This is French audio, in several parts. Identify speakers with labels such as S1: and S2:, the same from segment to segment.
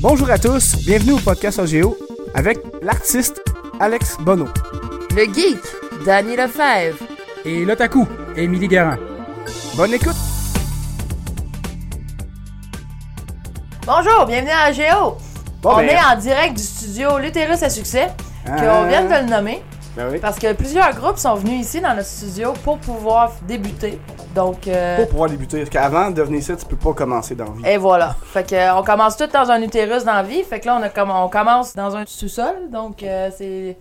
S1: Bonjour à tous, bienvenue au podcast OGO avec l'artiste Alex Bonneau.
S2: Le geek, Danny Lefebvre.
S3: Et l'otaku, Émilie Garand.
S1: Bonne écoute!
S2: Bonjour, bienvenue à Géo.
S1: Bon,
S2: On
S1: ben,
S2: est en direct du studio L'Utérus à succès, qu'on
S1: Ah.
S2: vient de le nommer,
S1: ben oui,
S2: parce que plusieurs groupes sont venus ici dans le studio pour pouvoir débuter. Donc, euh,
S1: Pour pouvoir débuter, parce qu'avant de venir ici, tu peux pas commencer dans la vie.
S2: et voilà. Fait que, euh, on commence tout dans un utérus dans la vie. Fait que là, on, a comm- on commence dans un sous-sol. Donc, euh, c'est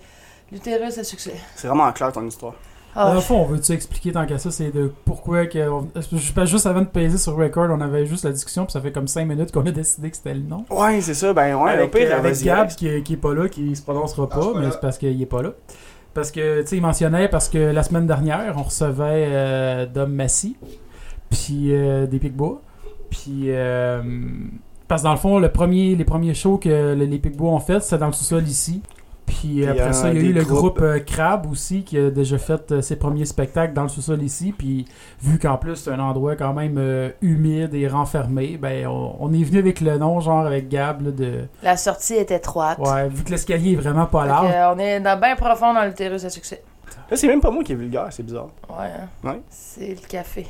S2: l'utérus à succès.
S1: C'est vraiment clair ton histoire.
S2: Ah,
S4: Dans le fond, on veut-tu expliquer tant qu'à ça, c'est de pourquoi que. on- je pense juste avant de peser sur record, on avait juste la discussion, puis ça fait comme 5 minutes qu'on a décidé que c'était le nom.
S1: Ouais, c'est ça, ben ouais,
S4: avec
S1: au pire,
S4: euh, avec
S1: vas-y,
S4: Gab,
S1: Alex.
S4: qui, qui est pas là, qui se prononcera
S5: Ah, je
S4: pas,
S5: suis pas
S4: mais
S5: là.
S4: c'est parce qu'il est pas là. Parce que, tu sais, il mentionnait, parce que la semaine dernière, on recevait euh, Dom Massy, puis euh, des Picbois, puis. euh, parce que dans le fond, le premier, les premiers shows que le- les Picbois ont fait, c'était dans le sous-sol ici. Puis
S1: Puis,
S4: après
S1: euh,
S4: ça, il y a
S1: des
S4: eu le
S1: groupes.
S4: groupe euh, Crab aussi qui a déjà fait euh, ses premiers spectacles dans le sous-sol ici. Puis vu qu'en plus c'est un endroit quand même euh, humide et renfermé, ben on, on est venu avec le nom, genre avec Gab, là, de,
S2: La sortie est étroite.
S4: Ouais, vu que l'escalier est vraiment pas
S2: Fait
S4: large.
S2: que, euh, on est dans bien profond dans l'utérus à succès.
S1: Là, c'est même pas moi qui est vulgaire, c'est bizarre.
S2: Ouais. hein.
S1: Ouais.
S2: C'est le café.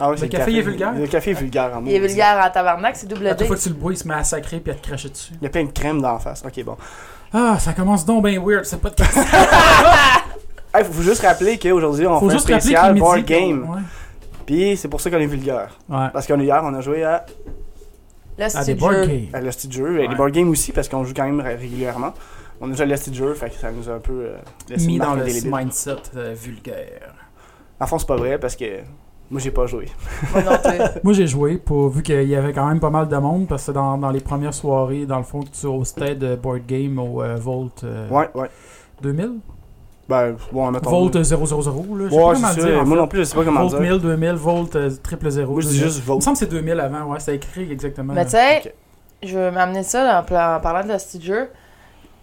S1: Ah ouais,
S4: Le
S1: c'est
S4: café est vulgaire?
S1: Le café est vulgaire en
S2: Il est
S1: maudit.
S2: vulgaire en tabarnak, c'est double
S4: À chaque
S2: D.
S4: fois que tu le bois, il se met à sacrer puis à te cracher dessus.
S1: Il y a plein de crème d'en face. Ok, bon.
S4: Ah, ça commence donc bien weird, c'est pas de
S1: Hey, faut juste rappeler qu'aujourd'hui, on
S4: Faut
S1: fait un
S4: juste rappeler qu'il est
S1: spécial
S4: midi.
S1: board
S4: puis-
S1: game.
S4: Ouais.
S1: Puis c'est pour ça qu'on est vulgaire.
S4: ouais.
S1: Parce qu'on hier, on a joué à,
S2: Là,
S4: À
S2: c'est
S4: Ah, des
S2: le
S4: board
S2: jeu.
S4: games.
S1: à l'hostie de jeu. Et les
S4: Ouais.
S1: board games aussi, parce qu'on joue quand même ré- régulièrement. On a joué à l'hostie de jeu, fait que ça nous a un peu euh, laissé
S4: Mis
S1: une
S4: dans
S1: marque
S4: le
S1: indélébile.
S4: mindset euh, vulgaire.
S1: En fond, c'est pas vrai, parce que moi, j'ai pas joué.
S2: Moi non plus.
S4: Moi, j'ai joué, pour, vu qu'il y avait quand même pas mal de monde, parce que dans, dans les premières soirées, dans le fond, que tu hostais de board game au euh, Volt euh,
S1: Ouais, ouais.
S4: 2000.
S1: Ben, bon, mettons.
S4: Volt euh, 000, là. Je sais pas
S1: Ouais,
S4: comment
S1: c'est
S4: le dire.
S1: ça.
S4: en
S1: Moi
S4: fait.
S1: non plus, je sais pas comment
S4: Volt
S1: dire.
S4: 1000, 2000, Volt euh, 000.
S1: Moi, je dis
S4: 2000.
S1: juste
S4: Il me
S1: Volt.
S4: semble que c'est 2000 avant, ouais, c'est écrit exactement.
S2: Mais tu sais,
S1: Ok.
S2: je veux m'amener ça en, pla- en parlant de ce jeu.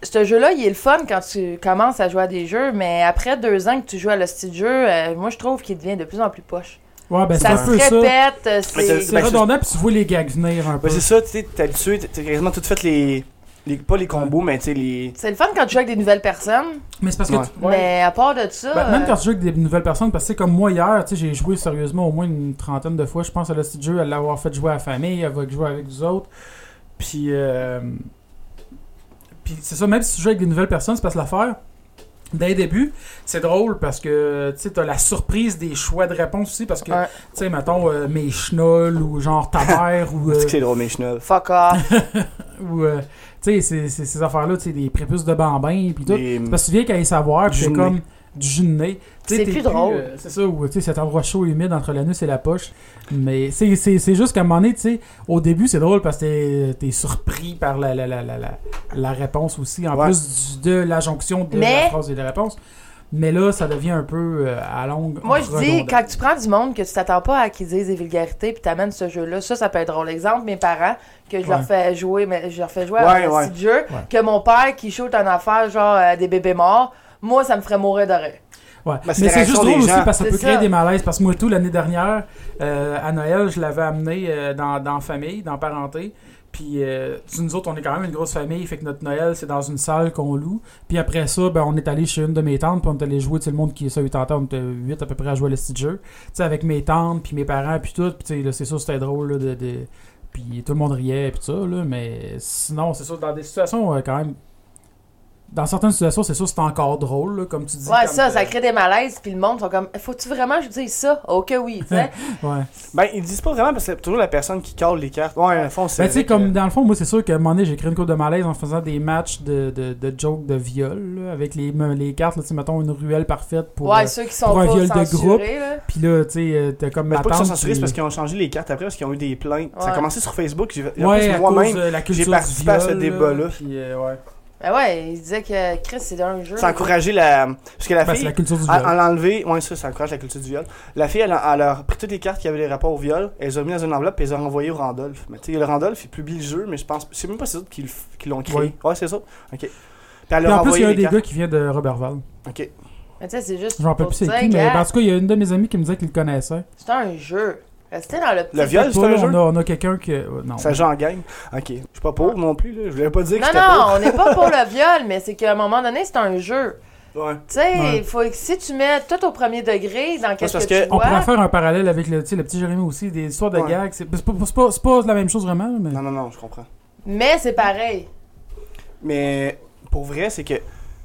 S2: Ce jeu-là, il est le fun quand tu commences à jouer à des jeux, mais après deux ans que tu joues à l'hostie de jeu, euh, moi je trouve qu'il devient de plus en plus poche.
S4: ouais, ben, c'est
S2: ça
S4: un
S2: se
S4: peu ça.
S2: répète, euh,
S1: Mais
S2: c'est.
S4: C'est
S1: Ben,
S4: redondant, puis tu vois les gags venir un peu.
S1: Ben, c'est ça, tu sais, t'es habitué, t'as t'as quasiment tout fait les. les- Pas les combos, mais tu sais, les.
S2: C'est le fun quand tu joues avec des nouvelles personnes,
S4: Mais c'est parce que.
S1: Ouais.
S4: tu-
S2: mais à part de ça.
S4: Ben, même
S2: euh,
S4: quand tu joues avec des nouvelles personnes, parce que c'est comme moi hier, tu sais, j'ai joué sérieusement au moins une trentaine de fois, je pense, à l'hostie de jeu, à l'avoir fait jouer à la famille, à avoir joué avec vous autres. Puis, euh, puis c'est ça, même si tu joues avec des nouvelles personnes, c'est parce que l'affaire, dès le début, c'est drôle parce que tu sais, t'as la surprise des choix de réponse aussi, parce que,
S2: Ouais.
S4: tu sais, mettons, euh, mes chenolles ou genre ta mère ou. euh,
S1: C'est que c'est drôle, mes chenolles.
S2: Fuck off.
S4: ou euh, tu sais c'est- c'est- ces affaires-là, tu sais, des prépuces de bambins, puis tout.
S1: Des-
S4: Parce que tu viens qu'à les savoir, puis
S1: Du
S4: c'est
S1: nez.
S4: comme du jus de nez. Tu sais,
S2: C'est
S4: t'es
S2: plus drôle.
S4: euh, c'est ça, où, tu sais, cet endroit chaud et humide entre l'anus et la poche. Mais c'est- c'est c'est juste qu'à un moment donné, tu sais, au début, c'est drôle parce que t'es- t'es surpris par la, la, la, la, la, la réponse aussi, en
S1: Ouais.
S4: plus du- de la jonction de
S2: Mais-
S4: la phrase et de la réponse. Mais là, ça devient un peu euh, à longue.
S2: Moi je dis,
S4: redondant.
S2: quand tu prends du monde que tu t'attends pas à qu'ils disent des vulgarités puis t'amènes ce jeu-là, ça, ça peut être drôle. Exemple, mes parents, que je leur
S4: Ouais.
S2: fais jouer, mais je leur fais jouer à
S1: Ouais,
S2: un
S1: ouais.
S2: petit jeu,
S4: Ouais.
S2: que mon père qui shoot en affaire, genre euh, des bébés morts, moi ça me ferait mourir de rire.
S4: Ouais.
S1: Ben, c'est
S4: mais
S1: la
S4: c'est
S1: réaction
S4: juste
S1: des
S4: drôle aussi
S1: gens.
S4: parce que ça
S2: C'est
S4: peut
S2: ça.
S4: créer des malaises. Parce que moi, tout l'année dernière, euh, à Noël, je l'avais amené euh, dans, dans famille, dans parenté. Puis euh, tu sais, nous autres, on est quand même une grosse famille. Fait que notre Noël, c'est dans une salle qu'on loue. Puis après ça, ben, on est allé chez une de mes tantes. Puis on est allé jouer. Tu sais, le monde qui est ça, 8 ans, on était 8 à peu près à jouer à le petit jeu. Tu sais, avec mes tantes, puis mes parents, puis tout. Puis tu sais, là, c'est sûr, c'était drôle. là, de, de- Puis tout le monde riait, puis tout ça. Là, mais sinon, c'est sûr, dans des situations euh, quand même. Dans certaines situations, c'est sûr, c'est encore drôle, là, comme tu dis.
S2: Ouais,
S4: quand
S2: ça,
S4: t'es-
S2: ça crée des malaises, puis le monde sont comme, faut-tu vraiment que je dise ça? Ok, oui, tu sais.
S4: Ouais.
S1: Ben, ils disent pas vraiment parce que c'est toujours la personne qui colle les cartes. Ouais, à fond, c'est. euh,
S4: Ben, tu sais,
S1: vrai
S4: comme
S1: que-
S4: dans le fond, moi, c'est sûr qu'à un moment donné, j'ai créé une cour de malaise en faisant des matchs de, de, de jokes de viol, là, avec les, les cartes, là, tu sais, mettons une ruelle parfaite pour.
S2: ouais,
S4: euh,
S2: ceux qui sont
S4: pour
S2: pas
S4: un viol de groupe.
S2: censurés, là.
S4: Puis là, tu sais, euh, t'as comme
S1: Mais
S4: ma
S1: c'est pas qu'ils sont
S4: tante
S1: censurés,
S4: qui-
S1: c'est parce qu'ils ont changé les cartes après, parce qu'ils ont eu des plaintes. Ça a
S2: Ouais.
S1: commencé sur Facebook. j'ai- j'ai- en
S4: Ouais,
S1: plus,
S4: à cause
S1: moi-même,
S4: de la culture
S1: j'ai participé
S4: du
S1: à ce
S4: viol,
S1: débat-là.
S4: puis, euh, ouais.
S2: Ben ouais, ils disaient que Chris, c'est un jeu.
S1: ça a encouragé la. Parce que la
S4: Ben, c'est
S1: fille.
S4: la culture du viol.
S1: À, à l'enlever, ouais, ça, ça encourage la culture du viol. La fille, elle, a- elle a pris toutes les cartes qui avaient les rapports au viol, elle les a mis dans une enveloppe et elle les a renvoyées au Randolph. Mais tu sais, le Randolph, il publie le jeu, mais je pense. Je sais même pas si c'est eux autres qui, le f- qui l'ont créé. Ouais,
S4: Ouais.
S1: c'est ça. Ok. Puis elle
S4: Puis
S1: a
S4: en plus, il
S1: renvoyé
S4: y a un
S1: les
S4: des
S1: cartes.
S4: gars qui vient de Robertval.
S1: Ok.
S2: Mais tu sais, c'est juste.
S4: Je m'en rappelle
S2: pour
S4: plus c'est
S2: dire,
S4: qui, mais
S2: gars,
S4: ben, en tout cas, il y a une de mes amies qui me disait qu'il le connaissait.
S2: C'est un jeu. Fait Restez dans le petit.
S1: Le viol,
S4: Fait que
S1: c'est un
S4: là,
S1: jeu?
S4: on a, on a quelqu'un qui. euh, Non.
S1: Ça joue en gang. Ok. Je suis pas pauvre non plus, là. Je voulais pas dire que
S2: Non,
S1: j'étais
S2: non, on n'est pas pour le viol, mais c'est qu'à un moment donné, c'est un jeu.
S1: pauvre. Ouais.
S2: Tu sais,
S4: Ouais.
S2: il faut que si tu mets tout au premier degré dans
S1: c'est
S2: qu'est-ce
S1: parce
S2: que,
S1: que
S2: tu
S4: On pourrait
S2: vois,
S4: faire un parallèle avec le, tu sais, le petit Jérémy aussi, des histoires de
S1: Ouais.
S4: gags. C'est c'est pas, c'est pas- c'est pas la même chose vraiment, mais.
S1: Non, non, non, je comprends.
S2: mais c'est pareil.
S1: Mais pour vrai, c'est que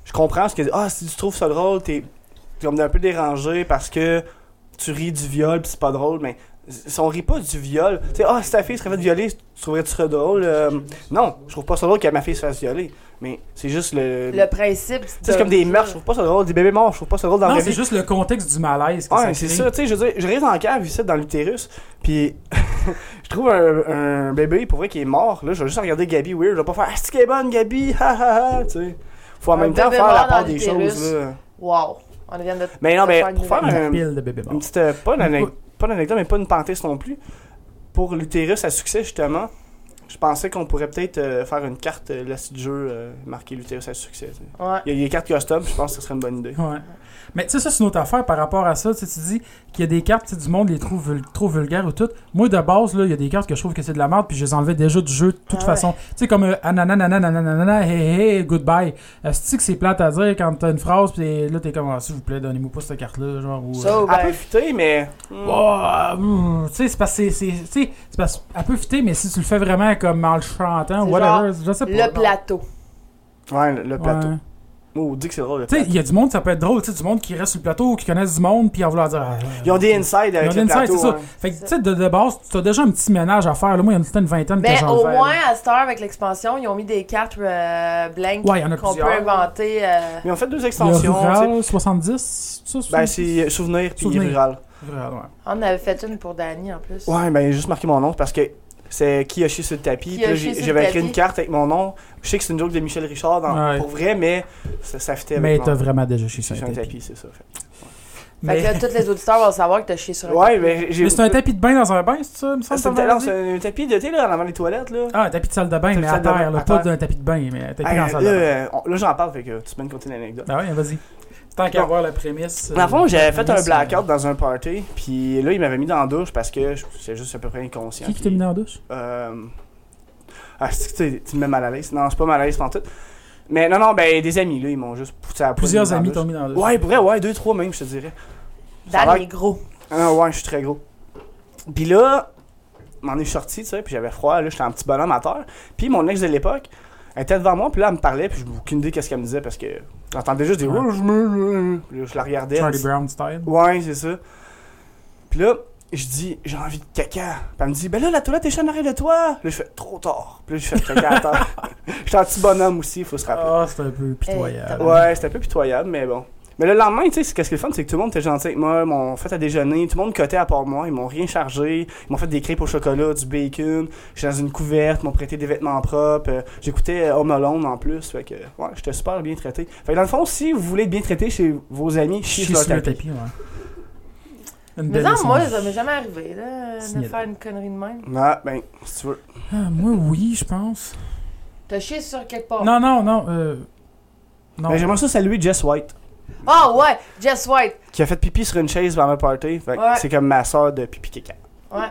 S1: je comprends ce que. Ah, si tu trouves ça drôle, t'es t'es comme un peu dérangé parce que tu ris du viol pis c'est pas drôle, mais si on rit pas du viol, tu sais, ah, si ta fille serait faite violer, tu trouverais-tu ça drôle? Euh, non, je trouve pas ça drôle que ma fille se fasse violer, mais c'est juste le.
S2: Le principe.
S1: Tu sais, c'est comme des meurtres, je trouve pas ça drôle, des bébés morts, je trouve pas ça drôle dans
S4: Non,
S1: la
S4: c'est
S1: vie.
S4: juste le contexte du malaise que
S1: Ouais,
S4: ça
S1: c'est
S4: crée.
S1: ça, tu sais, je veux dire, je reste dans la cave ici, dans l'utérus, puis je trouve un, un bébé, pour vrai, qui est mort, là, je vais juste regarder Gabi Weird, je vais pas faire « Ah, c'est qu'elle est bonne, Gabi, ha ha ha », tu sais. Faut en
S2: Un
S1: même temps
S2: bébé
S1: faire
S2: mort
S1: la part
S2: dans
S1: des
S2: l'utérus.
S1: choses, là.
S2: Wow. On vient de.
S1: Mais non,
S2: de
S1: mais
S2: faire une
S1: pour faire
S2: nouvelle.
S1: un-
S4: Une pile de bébés
S1: Une
S4: morts.
S1: petite, euh, pas une
S4: Une
S1: ane-
S4: cou-
S1: pas une anecdote, mais pas une panthèse non plus. Pour l'utérus à succès, justement, je pensais qu'on pourrait peut-être euh, faire une carte, euh, là, si de jeu, euh, marquer l'utérus à succès, tu sais.
S2: Ouais.
S1: Il y a des cartes custom, je pense que ce serait une bonne idée.
S4: Ouais. Mais tu sais, ça, c'est une autre affaire par rapport à ça. Tu sais, tu dis qu'il y a des cartes, tu sais, du monde les trouve vul- trop vulgaires ou tout. Moi, de base, là, il y a des cartes que je trouve que c'est de la merde, puis je les enlevais déjà du jeu de toute
S2: Ah ouais.
S4: façon. Tu sais, comme euh, anana, nanana, nanana, hey, hey, goodbye. Euh, cest que c'est plate à dire quand t'as une phrase, puis là, t'es comme, Ah, s'il vous plaît, donnez-moi pas cette carte-là, genre, ou. euh,
S2: Ça, ou
S1: Elle peut
S2: ben,
S1: fitter, mais... hmm.
S4: Oh, euh, mm, tu sais, c'est parce que c'est- c'est. tu sais, C'est parce qu'elle peut fitter, mais si tu le fais vraiment comme en le chantant,
S2: C'est
S4: whatever, je sais pas.
S2: le plateau.
S1: Ouais, le, le plateau.
S4: Ouais.
S1: Oh, dit que c'est drôle, le
S4: Tu sais,
S1: plateau.
S4: il y a du monde, ça peut être drôle, tu sais, du monde qui reste sur le plateau, qui connaissent du monde, puis en voulant dire. Ah,
S1: Ils ont des insides
S4: Ils ont
S1: avec
S4: des
S1: le
S4: insides,
S1: plateau.
S4: c'est ça.
S1: hein.
S4: Fait que, tu sais, de, de base, tu as déjà un petit ménage à faire. Là, moi, il y en a peut-être une vingtaine que
S2: Mais Ben, au
S4: j'enlevais, là.
S2: moins, à cette heure, avec l'expansion, ils ont mis des cartes euh, blank
S4: Ouais, il y en a
S2: qu'on peut
S4: plusieurs.
S2: inventer. euh,
S1: Mais on fait deux
S4: Il y a
S1: extensions. tu sais.
S4: Rural 70, c'est ça?
S1: Ben, c'est souvenir puis
S4: Souvenir.
S1: rural.
S4: Rural, ouais.
S2: On avait fait une pour Danny en plus.
S1: Ouais, ben, j'ai juste marqué mon nom parce que c'est Kiyoshi sur le tapis.
S2: Qui
S1: Puis là,
S2: a
S1: j'ai-
S2: chié sur le
S1: J'avais écrit
S2: tapis.
S1: une carte avec mon nom. Je sais que c'est une joke de Michel Richard dans-
S4: Ouais.
S1: pour vrai, mais ça, ça fitait
S4: Mais
S1: avec
S4: t'as
S1: mon
S4: vraiment déjà chez
S1: sur
S4: ça.
S1: un tapis, c'est ça. fait.
S2: Fait que
S4: Mais,
S2: là, tous les auditeurs vont savoir que t'as chié sur un
S1: Ouais, mais j'ai.
S4: mais c'est un tapis de bain dans un bain, c'est ça? il me
S1: Ah,
S4: semble,
S1: C'est
S4: t'as
S1: un,
S4: mal
S1: non,
S4: dit?
S1: c'est un tapis de thé, là, en avant les toilettes, là.
S4: Ah, un tapis de salle de bain,
S1: Tapis de
S4: mais à
S1: salle de bain,
S4: terre, là,
S1: à
S4: pas
S1: terre.
S4: d'un tapis de bain, mais un tapis
S1: Hey,
S4: dans
S1: là,
S4: la salle de bain.
S1: euh, on- là, j'en parle, fait que tu peux me conter une anecdote.
S4: Ah ouais, vas-y. Tant qu'à
S1: Bon.
S4: voir la prémisse.
S1: Dans le fond,
S4: euh,
S1: j'avais
S4: la
S1: fait un
S4: prémisse,
S1: blackout dans un party, puis là, il m'avait mis dans la douche parce que je- c'est juste à peu près
S4: euh,
S1: inconscient.
S4: Qui qui
S1: puis-
S4: t'a mis dans la douche?
S1: Euh... Ah, c'est que tu- tu me mets mal à l'aise. Non, je suis pas mal à l'aise pantoute. Mais non, non, ben des amis, là, ils m'ont juste poussé à la
S4: Plusieurs
S1: poignée
S4: amis
S1: dans
S4: t'ont
S1: la
S4: mis dans la
S1: douche.
S4: douche.
S1: Ouais, pour vrai, ouais, deux, trois même, je te dirais. Ça a
S2: Dan
S1: l'air-
S2: est gros.
S1: Ah, ouais, je suis très gros. Puis là, m'en est sorti, tu sais, puis j'avais froid, là, j'étais un petit bonhomme à terre. Puis mon ex de l'époque, elle était devant moi, puis là, elle me parlait, puis j'ai aucune idée qu'est-ce qu'elle me disait parce que j'entendais juste des.
S4: Ouais.
S1: Ouais, je me- Puis là, je la regardais. elle me
S4: Charlie Brown style.
S1: Ouais, c'est ça. Puis là, je dis, j'ai envie de caca. Puis elle me dit, ben là, la toilette est juste en arrière de toi. Là, je fais, trop tard. Puis là, je fais caca à terre. J'étais un petit bonhomme aussi, faut se rappeler.
S4: Ah, c'est un peu pitoyable.
S2: Euh, t'as-
S1: Ouais, c'était un peu pitoyable, mais bon. Mais le lendemain, tu sais, c'est- qu'est-ce qui est le fun, c'est que tout le monde était gentil avec moi, ils m'ont fait à déjeuner, tout le monde cotait à part moi, ils m'ont rien chargé, ils m'ont fait des crêpes au chocolat, du bacon, j'étais dans une couverte, ils m'ont prêté des vêtements propres, euh, j'écoutais euh, Home Alone en plus, fait que, ouais, j'étais super bien traité. Fait que dans le fond, si vous voulez être bien traité chez vos amis,
S4: Chier
S1: chiez sur le tapis.
S4: ouais. Une
S2: Mais
S4: belle
S2: non, moi,
S4: leçon.
S2: ça m'est jamais arrivé là, de
S4: Signal.
S2: faire une connerie de même.
S1: Ah, ben, si tu veux.
S4: Ah, moi, oui, je pense.
S2: T'as chié sur quelque part.
S4: Non, non, non. Euh... Non.
S1: Ben, j'aimerais ça saluer Jess White,
S2: Ah ouais, Jess White.
S1: qui a fait pipi sur une chaise pendant le party. Fait que
S2: Ouais.
S1: c'est comme ma soeur de pipi caca.
S2: Ouais.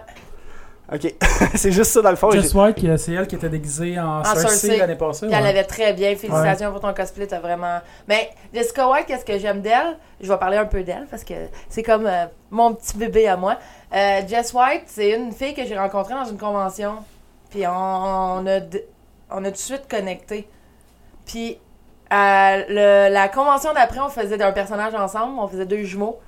S1: Ok, c'est juste ça dans le fond.
S4: Jess White, euh, c'est elle qui était déguisée en, Cersei
S2: Ah, Cersei.
S4: l'année passée.
S2: Puis elle
S4: ouais.
S2: avait très bien. Félicitations pour ton cosplay, t'as vraiment. Mais Jessica White, qu'est-ce que j'aime d'elle Je vais parler un peu d'elle parce que c'est comme euh, mon petit bébé à moi. Euh, Jess White, c'est une fille que j'ai rencontrée dans une convention. Puis on, on a, d- on a tout de suite connecté. Puis à le- la convention d'après, on faisait d'un personnage ensemble, on faisait deux jumeaux.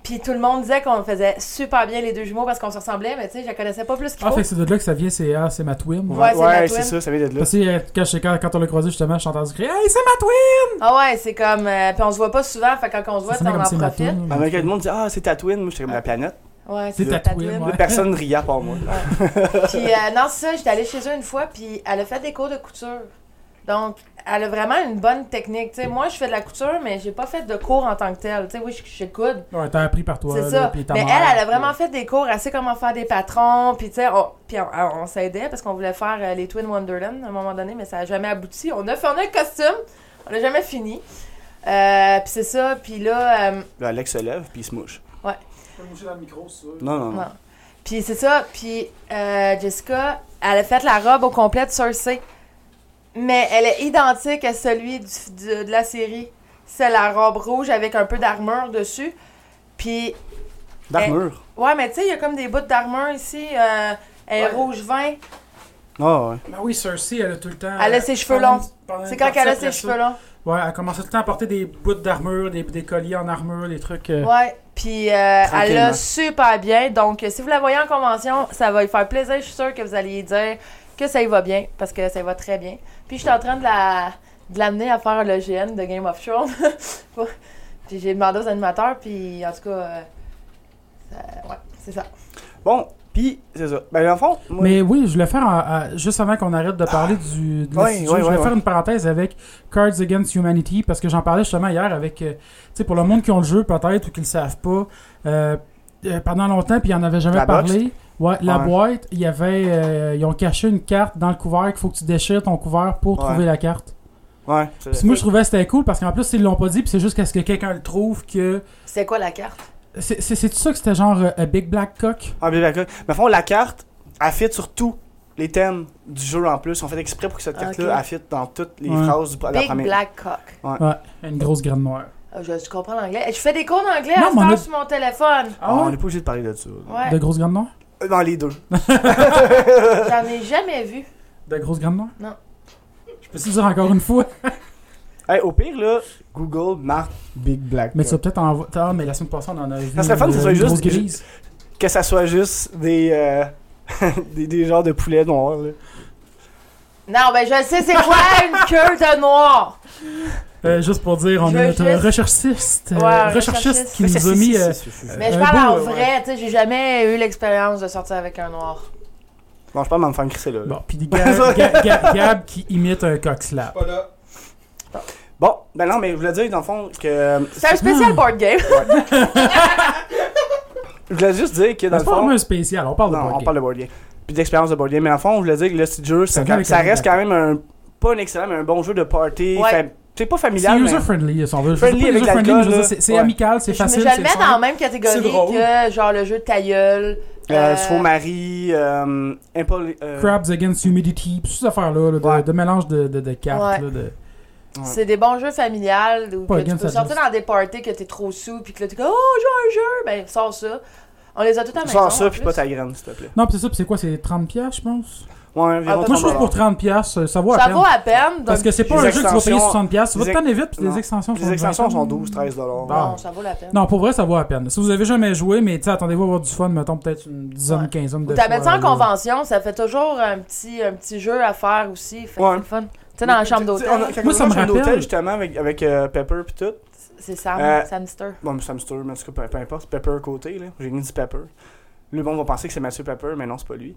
S2: Puis tout le monde disait qu'on faisait super bien les deux jumeaux parce qu'on se ressemblait, mais tu sais, je la connaissais pas plus qu'il
S4: Ah,
S2: faut.
S4: fait que c'est de là que ça vient, c'est ah, c'est ma twin.
S2: Ouais, c'est ma
S1: c'est
S2: twin.
S1: ça, ça vient d'être là.
S4: Parce que euh, quand, je sais quand, quand on l'a croisé justement, j'ai entendu crier Hey, c'est ma twin!
S2: Ah ouais, c'est comme. euh, puis on se voit pas souvent, fait que quand on se voit,
S4: Ça
S2: on
S4: sonnait
S2: en
S4: comme c'est ma
S2: profite.
S4: twin.
S1: Avec le monde dit Ah, c'est ta twin. Moi, j'étais comme la planète.
S2: Ouais,
S4: C'est
S2: ça,
S4: ta twin, ouais.
S1: Personne riait à part moi.
S2: Puis euh, non, c'est ça, j'étais allée chez eux une fois, puis elle a fait des cours de couture. Donc, elle a vraiment une bonne technique. Tu sais, moi, je fais de la couture, mais j'ai pas fait de cours en tant que tel. Tu sais, oui, je, je coude,
S4: Ouais, t'as appris par toi.
S2: c'est
S4: là,
S2: ça.
S4: puis ta
S2: Mais elle,
S4: mère,
S2: elle a
S4: puis-
S2: vraiment fait des cours, elle sait comment faire des patrons, puis tu sais, on, puis on, on- on s'aidait parce qu'on voulait faire euh, les Twin Wonderland à un moment donné, mais ça a jamais abouti. On a fait, on a un costume, on n'a jamais fini. Euh, puis c'est ça, puis là... euh,
S1: Là, Alex se lève, puis il se mouche.
S4: Je peux me moucher dans le micro, ça.
S1: Non, non, non.
S2: Non. Puis c'est ça. Puis euh, Jessica, elle a fait la robe au complet de Cersei. Mais elle est identique à celui du- du- de la série. C'est la robe rouge avec un peu d'armure dessus. Puis,
S1: D'armure.
S2: ouais, mais tu sais, il y a comme des bouts d'armure ici. Euh, elle est
S4: Ouais.
S2: rouge vin. Eh.
S1: Ah ouais.
S4: Ben oui, Cersei, elle a tout le temps.
S2: Elle a ses cheveux
S4: pendant-
S2: longs.
S4: pendant une
S2: C'est quand
S4: partie
S2: elle a ses
S4: après ça.
S2: cheveux longs.
S4: Ouais, elle commence tout le temps à porter des bouts d'armure, des, des colliers en armure, des trucs. euh,
S2: Ouais, puis euh, elle
S1: Tranquillement.
S2: l'a super bien. Donc, euh, si vous la voyez en convention, ça va lui faire plaisir. Je suis sûre que vous allez dire que ça y va bien, parce que ça y va très bien. Puis, je suis en train de la de l'amener à faire le GN de Game of Thrones. Puis J'ai demandé aux animateurs, puis en tout cas, euh, ça- ouais, c'est ça.
S1: Bon, puis c'est ça. Ben, dans le fond, moi,
S4: Mais oui, je voulais faire, un- un- juste avant qu'on arrête de parler du, de la
S1: Ah. Ouais,
S4: situation,
S1: ouais,
S4: je voulais
S1: ouais,
S4: faire
S1: ouais.
S4: une parenthèse avec Cards Against Humanity, parce que j'en parlais justement hier avec, euh, tu sais, pour le monde qui ont le jeu peut-être ou qui le savent pas, euh, euh, pendant longtemps, puis ils en avaient jamais
S1: La box?
S4: parlé. Ouais, la
S1: Ouais.
S4: boîte, il y avait, euh, ils ont caché une carte dans le couvert qu'il faut que tu déchires ton couvert pour
S1: Ouais.
S4: trouver la carte.
S1: ouais. c'est-
S4: Puis moi, je trouvais que c'était cool parce qu'en plus, ils l'ont pas dit, puis c'est juste qu'à ce que quelqu'un le trouve que.
S2: C'est quoi la carte?
S4: C'est c'est- c'est-tu ça que c'était genre euh, a Big Black Cock
S1: Ah, bien, d'accord. Mais au fond, la carte, elle fit sur tous les thèmes du jeu en plus. On fait exprès pour que cette
S2: Ah,
S1: carte-là,
S2: ok.
S1: elle fit dans toutes les
S4: Ouais.
S1: phrases du, la
S2: Big
S1: première.
S2: Black Cock.
S4: Ouais, une grosse graine noire.
S2: Ah, je, je comprends l'anglais. Je fais des cours d'anglais
S4: Non,
S2: à
S4: mais on
S2: ce
S4: a-
S2: temps sur mon téléphone.
S1: Ah, On n'est pas obligé de parler de ça. là.
S2: Ouais,
S4: Ah, De grosses graines noires
S1: Euh, Dans les deux.
S2: j'en ai jamais vu.
S4: De grosses graines noires?
S2: Non.
S4: Je peux te le dire encore une fois,
S1: Hey, au pire, là, Google marque Big Black.
S4: mais tu vas peut-être en voir. Ah, mais la semaine passée, on en a vu.
S1: Ça serait fun que ce
S4: euh,
S1: soit
S4: une
S1: juste-
S4: grosse grise.
S1: Que ça soit juste des, euh, des, des genres de poulets noirs. là.
S2: Non, ben je sais c'est quoi une queue de noir.
S4: Euh, juste pour dire, on
S2: Je
S4: a
S2: veux
S4: notre
S2: juste-
S4: recherchiste, euh,
S2: Ouais,
S4: recherchiste qui
S1: Mais
S4: nous
S1: c'est-
S4: a
S1: c'est-
S4: mis.
S1: c'est-
S4: euh,
S1: c'est- c'est-
S2: Mais je
S4: Un
S2: parle en
S4: beau, ouais.
S2: vrai, tu sais, j'ai jamais eu l'expérience de sortir avec un noir.
S1: Bon, je parle de me faire crisser là. là.
S4: Bon, puis des Gab, Gab- Gab- Gab qui imite un cock slap.
S5: Pas là.
S1: Bon, ben non, mais je voulais dire, dans le fond, que. euh,
S2: C'est un spécial
S4: Ah.
S2: board game.
S1: Je voulais juste dire que dans le
S4: Mais C'est pas
S1: fond.
S4: vraiment un spécial, on parle de
S1: Non,
S4: board
S1: on
S4: game.
S1: parle de board game. Puis d'expérience de board game. Mais en fond, je voulais dire que le petit jeu,
S4: Ça
S1: ça,
S4: vient avec
S1: ça
S4: la
S1: reste quand même un. Pas un excellent, mais un bon jeu de party.
S2: Ouais.
S1: Fait- C'est pas
S4: C'est
S1: familial. mais-
S4: user-friendly, si on veut. Je
S1: Friendly
S4: sais pas
S1: avec
S4: user-friendly, mais je veux
S1: l'alcool,
S4: dire, c'est c'est
S1: là.
S4: amical, c'est
S2: Je,
S4: facile.
S2: je le
S4: c'est
S2: mets
S4: simple.
S2: dans la même
S4: C'est
S2: catégorie
S4: drôle.
S2: que genre le jeu de ta gueule.
S1: Euh,
S2: euh,
S1: Faux Marie, euh, Impol- euh,
S4: Crabs Against Humidity, toutes ces affaires-là, là, de,
S1: Ouais.
S4: de mélange de, de, de cartes.
S2: Ouais.
S4: là, de-
S2: C'est des bons jeux familiales où
S4: Pas
S2: que tu
S4: against
S2: peux
S4: that
S2: sortir
S4: list.
S2: dans des parties que t'es trop sous puis que là t'es comme oh joue un jeu ben sors ça. On les a tous à la maison.
S1: Sors
S2: Ah, en
S1: ça, puis
S2: plus.
S1: pas ta graine, s'il te plaît.
S4: Non, puis c'est ça, puis c'est quoi, c'est 30$, je pense?
S1: Ouais, environ
S2: Ah,
S4: Moi, je trouve
S1: 30
S4: pour 30$, ça vaut à
S2: Ça
S4: peine.
S2: vaut à peine.
S4: Parce que
S2: donc-
S4: c'est pas
S1: Les
S4: un jeu que tu vas payer
S1: extensions-
S4: 60$. Tu vas
S1: les
S4: te tanner vite, puis
S1: non.
S4: les extensions sont
S1: Les extensions sont
S4: 12,
S1: 12-13 dollars.
S4: Ah.
S2: Non, ça vaut la peine.
S4: Non, pour vrai, ça vaut à peine. Si vous avez jamais joué, mais tu sais, attendez-vous à avoir du fun, mettons peut-être une dizaine,
S2: Ouais.
S4: quinzaine de
S2: Ou t'amènes ça
S4: fois,
S2: en
S4: là.
S2: convention, ça fait toujours un petit, un petit jeu à faire aussi. Fait que
S1: Ouais.
S2: c'est le fun. Tu sais, dans la chambre d'hôtel,
S4: Moi, ça me rappelle-
S1: hôtel, justement, avec, avec euh, Pepper pis tout.
S2: c'est Sam,
S1: Euh,
S2: Sam Stir.
S1: Bon, mais Samster, mais en tout cas, peu, peu importe. Pepper à côté, là. J'ai mis du Pepper. Le monde va penser que c'est Mathieu Pepper, mais non, c'est pas lui.